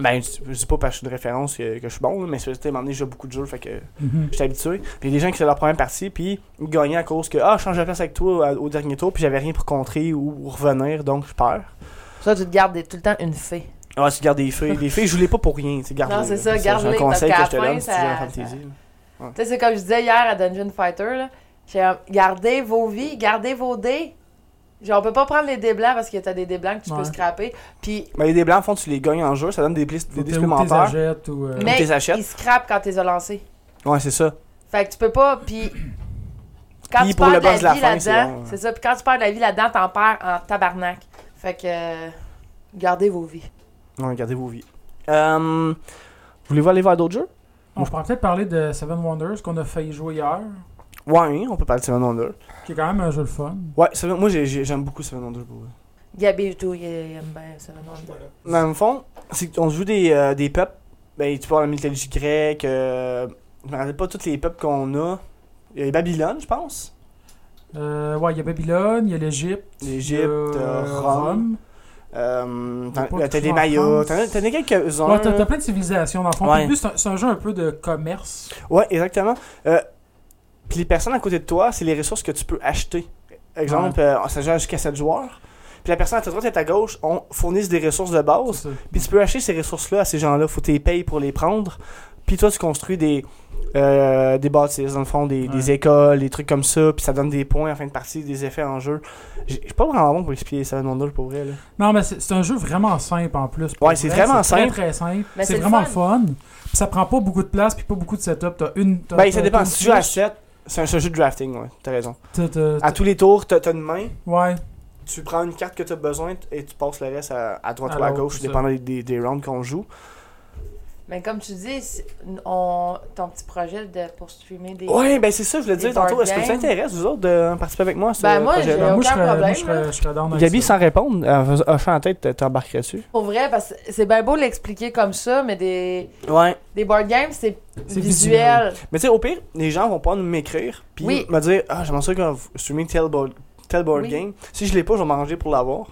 S1: Ben, je je dis pas parce que je suis de référence que, que je suis bon, là, mais c'est juste, à un moment donné, je joue à beaucoup de jeux, fait que
S4: Mhm.
S1: j'étais habitué. Puis il y a des gens qui faisaient leur première partie, puis ils gagnaient à cause que, ah, je change de place avec toi à- au dernier tour, puis j'avais rien pour contrer ou revenir, donc je perds.
S2: Ça, tu te gardes des- tout le temps une fée.
S1: Ah, c'est garder les feuilles. Les feuilles, je voulais pas pour rien. C'est garder.
S2: Non, c'est ça,
S1: C'est un
S2: garde-les,
S1: conseil
S2: parce
S1: que
S2: qu'à
S1: je te
S2: la
S1: donne
S2: fin,
S1: si tu joues à
S2: ça-
S1: Fantasy. là.
S2: Tu sais, c'est comme je disais hier à Dungeon Fighter, là. J'ai un- gardez vos vies, gardez vos dés. Genre, on peut pas prendre les dés blancs parce que t'as des dés blancs que tu
S4: Ouais.
S2: peux scraper. Puis,
S1: Ben, les dés blancs, en fond, tu les gagnes en jeu, ça donne des, plis, des
S4: Ou
S1: dés
S4: t'es- ou t'es
S1: supplémentaires.
S4: achètes, ou, euh,
S2: mais
S1: t'es achètes.
S2: ils scrapent quand t'es lancé.
S1: Ouais, c'est ça.
S2: Fait que tu peux pas. Puis, quand
S1: Puis
S2: tu
S1: pour le
S2: perds de
S1: boss de la
S2: la vie
S1: fin, c'est bon,
S2: là-dedans,
S1: ouais.
S2: c'est ça. Puis quand tu perds de la vie là-dedans, t'en perds en tabarnak. Fait que, euh, gardez vos vies.
S1: Ouais, gardez vos vies. Euh, Voulez-vous aller voir d'autres jeux
S4: On pourrait peut-être parler de Seven Wonders qu'on a failli jouer hier,
S1: Ouais, hein, on peut parler de Seven Wonder.
S4: qui est quand même un jeu le fun.
S1: Ouais, Seven- moi, j'ai- j'ai- j'aime beaucoup Seven Wonder pour vrai.
S2: Gabi et tout, il aime bien ça. non?
S1: Dans le fond, c'est qu'on joue des, euh, des peuples. Ben, tu parles de la mythologie grecque. euh, je me rappelle pas tous les peuples qu'on a. Il y a Babylone, je pense.
S4: Euh, ouais, il y a Babylone, il y a l'Égypte, il y
S1: L'Égypte,
S4: a,
S1: euh,
S4: euh,
S1: Rome. Euh, t'en-
S4: Pas
S1: T'as
S4: de
S1: des
S4: choix en
S1: Mayas.
S4: France.
S1: T'en as t'en as quelques-uns.
S4: Ouais, t'as t'as plein de civilisations dans le fond. Puis
S1: Ouais.
S4: en plus, c'est un- c'est un jeu un peu de commerce.
S1: Ouais, exactement. Euh, puis les personnes à côté de toi, c'est les ressources que tu peux acheter. Exemple, euh, ça gère jusqu'à 7 joueurs. Puis la personne à ta droite et à ta gauche on fournissent des ressources de base.
S4: C'est ça.
S1: Puis tu peux acheter ces ressources-là à ces gens-là. Faut que tu les payes pour les prendre. Puis toi, tu construis des, euh, des bâtisses, dans le fond, des, des
S4: Ouais.
S1: écoles, des trucs comme ça. Puis ça donne des points en fin de partie, des effets en jeu. J'ai- Je suis pas vraiment bon pour expliquer ça, non, pour vrai. Là.
S4: Non, mais c'est c'est un jeu vraiment simple en plus. pour
S1: Ouais, c'est
S4: vrai.
S1: vraiment
S4: C'est
S1: simple.
S4: Très, très simple.
S2: Mais
S4: C'est
S2: Ben, c'est le
S4: vraiment fun. Puis ça prend pas beaucoup de place puis pas beaucoup de setup. T'as une. t'as-
S1: Ben,
S4: t'as-
S1: ça dépend.
S4: t'as
S1: Si tu
S4: une
S1: joues à
S4: switch,
S1: 7, c'est un, c'est un jeu de drafting, ouais. T'as raison.
S4: t'as- t'as-
S1: À tous les tours, t'as t'as une main.
S4: Ouais.
S1: tu prends une carte que tu as besoin t- et tu passes le reste à, à droite
S4: À
S1: ou à
S4: l'autre,
S1: gauche,
S4: c'est ça.
S1: dépendant des, des, des rounds qu'on joue.
S2: Mais comme tu dis, si- on, ton petit projet de, pour streamer des.
S1: Ouais, ben c'est ça, je voulais
S2: Des
S1: dire tantôt.
S2: board
S1: Est-ce que ça
S2: games.
S1: t'intéresse, vous autres, de participer avec moi à ce
S2: Ben, moi,
S1: projet-là?
S2: j'ai
S4: moi, je
S2: aucun
S4: serais, moi,
S2: problème,
S4: je serais-
S2: là.
S4: je serais down avec
S1: Gabi,
S4: ça.
S1: sans répondre, euh, en hochant la tête, t'embarquerais dessus.
S2: Pour vrai, parce que c'est bien beau l'expliquer comme ça, mais des,
S1: Ouais.
S2: des board games, c'est
S4: C'est
S2: visuel.
S1: Mais tu sais, au pire, les gens vont pas nous m'écrire, puis
S2: Oui.
S1: me dire Ah, j'aimerais ça que vous streamez tel board, tel board
S2: Oui.
S1: game. Si je l'ai pas, je vais m'arranger pour l'avoir.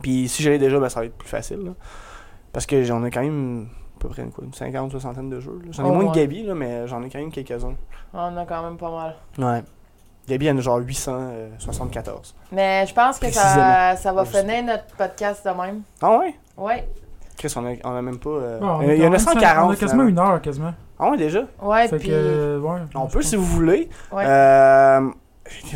S1: Puis si je l'ai déjà, ben, ça va être plus facile. là. Parce que j'en ai quand même à peu près une, quoi, une cinquantaine, soixantaine de jeux. là. J'en ai
S2: Oh,
S1: moins
S2: ouais.
S1: que Gabi, là, mais j'en ai quand même quelques-uns.
S2: On a quand même pas mal.
S1: Ouais. Gabi en a genre euh, 874.
S2: Mais je pense que ça,
S1: Précisément.
S2: ça va
S1: Je sais.
S2: finir notre podcast de même.
S1: Ah ouais?
S2: Ouais,
S1: Chris, on a, on a même pas. euh,
S4: Bon, on
S1: il
S4: est
S1: y en
S4: quand
S1: a
S4: même cinq-
S1: 140.
S4: On a quasiment
S1: finalement.
S4: une heure, quasiment.
S1: Ah ouais, déjà?
S2: ouais,
S4: Fait
S2: puis.
S4: que, euh, ouais.
S1: On
S4: je
S1: peut
S4: pense.
S1: si vous voulez.
S2: Ouais.
S1: Euh,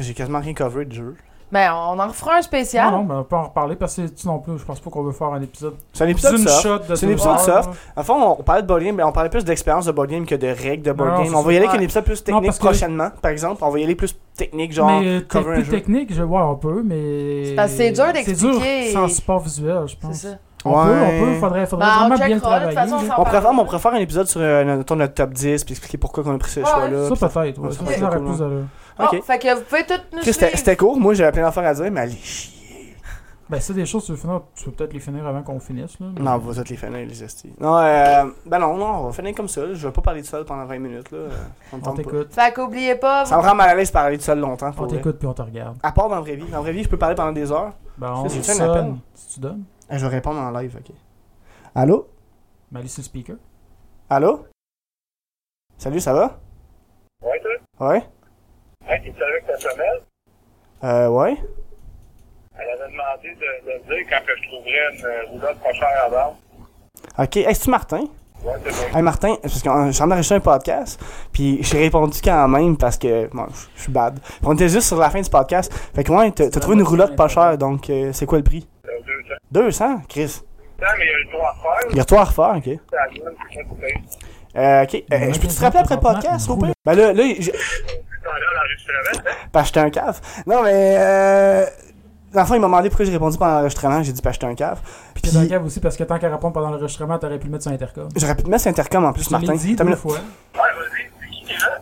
S1: J'ai quasiment rien cover de jeu.
S2: Mais on en refera un spécial.
S4: Non, non, mais on peut en reparler parce que tu non plus, je pense pas qu'on veut faire un épisode.
S1: C'est un épisode
S4: d'une
S1: soft.
S4: shot de
S1: C'est un
S4: deux
S1: épisode
S4: heures,
S1: soft.
S4: là.
S1: En fond, on, on parlait de board game, mais on parlait plus d'expérience de board game que de règles de board
S4: Non,
S1: game.
S4: c'est
S1: On va y aller avec
S2: Ouais.
S1: un épisode plus
S4: Non,
S1: technique
S4: parce que-
S1: prochainement, par exemple. On va y aller plus technique, genre
S4: mais euh, t'es
S1: cover un
S4: plus
S1: jeu.
S4: technique, je vois un peu, mais.
S2: C'est parce que c'est dur
S4: C'est
S2: d'expliquer.
S4: dur sans support visuel, je
S2: C'est
S4: pense.
S2: ça.
S4: On peut,
S1: Ouais.
S4: on peut, faudrait, faudrait
S2: Ben, on
S4: vraiment bien le
S2: checkera, de toute
S4: travailler.
S2: façon, on s'en
S4: là.
S1: On pourrait, faire,
S2: parlera.
S1: on pourrait faire un épisode sur euh, notre, notre top 10 puis expliquer pourquoi on a pris ce
S2: Ouais,
S1: choix-là.
S4: Ça peut-être,
S1: Ouais,
S4: ouais, ça
S1: ça, c'est
S4: aurait
S1: cool, hein.
S4: plus d'allure.
S2: Bon,
S1: Ok.
S2: fait que vous pouvez toutes nous
S1: Chris, c'était
S2: suivre.
S1: c'était court. Moi, j'avais plein d'affaires à dire, mais allez chier.
S4: Ben, c'est des choses, tu veux, finir- tu veux peut-être les finir avant qu'on finisse. Là, mais-
S1: Non, vous êtes les fanins, les estis. Non, euh, ben non, non, on va finir comme ça. là. Je vais pas parler de seul pendant 20 minutes. Là. Euh, Ça me
S4: on
S1: tente pas.
S4: t'écoute.
S2: Fait qu'oubliez pas,
S1: Ça me rend mal à l'aise de parler de seul longtemps.
S4: On
S1: Pour vrai.
S4: t'écoute puis on te regarde.
S1: À part dans la vraie vie. Dans la vraie vie, je peux parler pendant des heures.
S4: Ben, on
S1: Ça, c'est un appel.
S4: sonne. Si tu donnes,
S1: Euh, Je vais répondre en live, ok. Allô?
S4: ben, allez sur le speaker.
S1: Allô? Salut, ça va?
S5: Ouais, toi?
S1: Ouais?
S5: Hey, t'es sérieux que ta semelle?
S1: Euh, ouais?
S5: Elle avait demandé de, de me dire quand que je trouverais une euh, roulotte pas chère à vendre.
S1: Ok, est-ce que Martin?
S5: Ouais, c'est vrai.
S1: Hey Martin, parce que euh, j'en enregistré un podcast, puis j'ai répondu quand même parce que bon, je- je suis bad. Puis on était juste sur la fin du podcast. Fait que ouais, t'as t'as trouvé une roulotte pas chère, donc euh, c'est quoi le prix?
S5: Euh, 200.
S1: 200, Chris.
S5: Non, mais il y a le droit à faire.
S1: Il y a toi à refaire, ok.
S5: C'est à la gueule, c'est pas coupé.
S1: Euh, ok. Euh, je peux te rappeler après le podcast, au pire? Ben là, là, je-
S5: Putain, là, l'enregistrement, hein?
S1: pas acheter un cave. Non, mais euh. L'enfant, il m'a demandé pourquoi j'ai répondu pendant l'enregistrement. J'ai dit pas acheter un cave.
S4: Puis
S1: Puis
S4: t'es dans le cave aussi parce que tant qu'à répondre pendant l'enregistrement, t'aurais pu le mettre sur Intercom.
S1: j'aurais pu te mettre cet intercom en plus,
S4: Je
S1: Martin.
S4: l'ai dit
S1: T'as
S4: deux
S1: mis-
S4: fois.
S5: Ouais, vas-y, c'est qui hein? qui est là?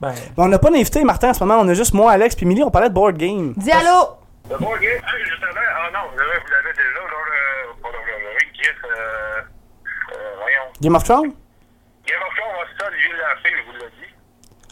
S4: Ben,
S1: Mais on n'a pas d'invité, Martin, en ce moment. On a juste moi, Alex, puis Milly. On parlait de board game.
S2: Dis allô!
S5: Le bon gars, hey, justement, ah non, vous l'avez vous l'avez déjà, genre, euh, pas dans le ring, qui est, euh, euh, voyons.
S1: Game of Thrones?
S5: Game of Thrones, c'est ça, Olivier Lafay, je vous l'ai dit.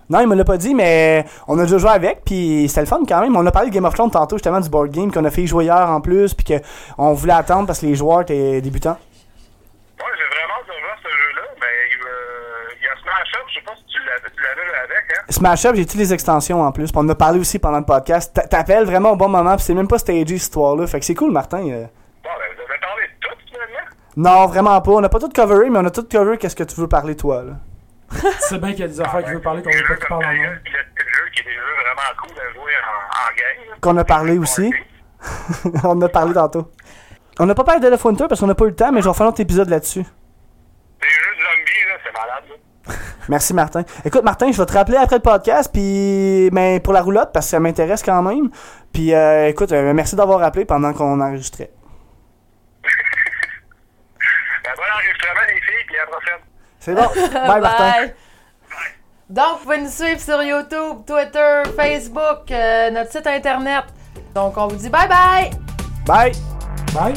S1: Non, il me l'a pas dit, mais on a déjà joué avec, puis c'était le fun quand même. On a parlé de Game of Thrones tantôt, justement, du board game qu'on a fait jouer hier en plus, puis qu'on voulait attendre parce que les joueurs étaient débutants.
S5: Ouais, j'ai vraiment hâte de voir ce jeu-là, mais il, euh, il y a Smash Up, je sais pas si tu l'avais tu l'avais là avec, hein.
S1: Smash Up, j'ai toutes les extensions en plus, puis on en a parlé aussi pendant le podcast. T'a- T'appelles vraiment au bon moment, puis c'est même pas stagé cette histoire-là. Fait que c'est cool, Martin. euh.
S5: Bon, ben, vous avez parlé de tout, finalement.
S1: Non, vraiment pas. On n'a pas tout coveré, mais on a tout coveré. Qu'est-ce que tu veux parler, toi, là?
S4: tu sais bien qu'il y a des affaires que je veux parler qu'on
S5: Des
S4: veut pas
S5: jeux
S4: que tu
S5: comme
S4: parles en
S5: Tiger,
S4: nom.
S5: puis Le petit jeu qui est des jeux vraiment cool à jouer en, en gang. là.
S1: Qu'on a parlé aussi. on en a parlé tantôt. On n'a pas parlé de Left Winter parce qu'on n'a pas eu le temps, mais je vais faire un autre épisode là-dessus.
S5: Des jeux de zombies, là, c'est malade, là.
S1: Merci, Martin. Écoute, Martin, je vais te rappeler après le podcast, puis ben, pour la roulotte, parce que ça m'intéresse quand même. Puis euh, écoute, euh, merci d'avoir appelé pendant qu'on enregistrait.
S5: Ben, bon enregistrement, les filles, puis à la prochaine.
S1: C'est bon. Bye, Martin.
S2: Donc, vous pouvez nous suivre sur YouTube, Twitter, Facebook, euh, notre site internet. Donc, on vous dit bye bye!
S1: Bye.
S4: Bye!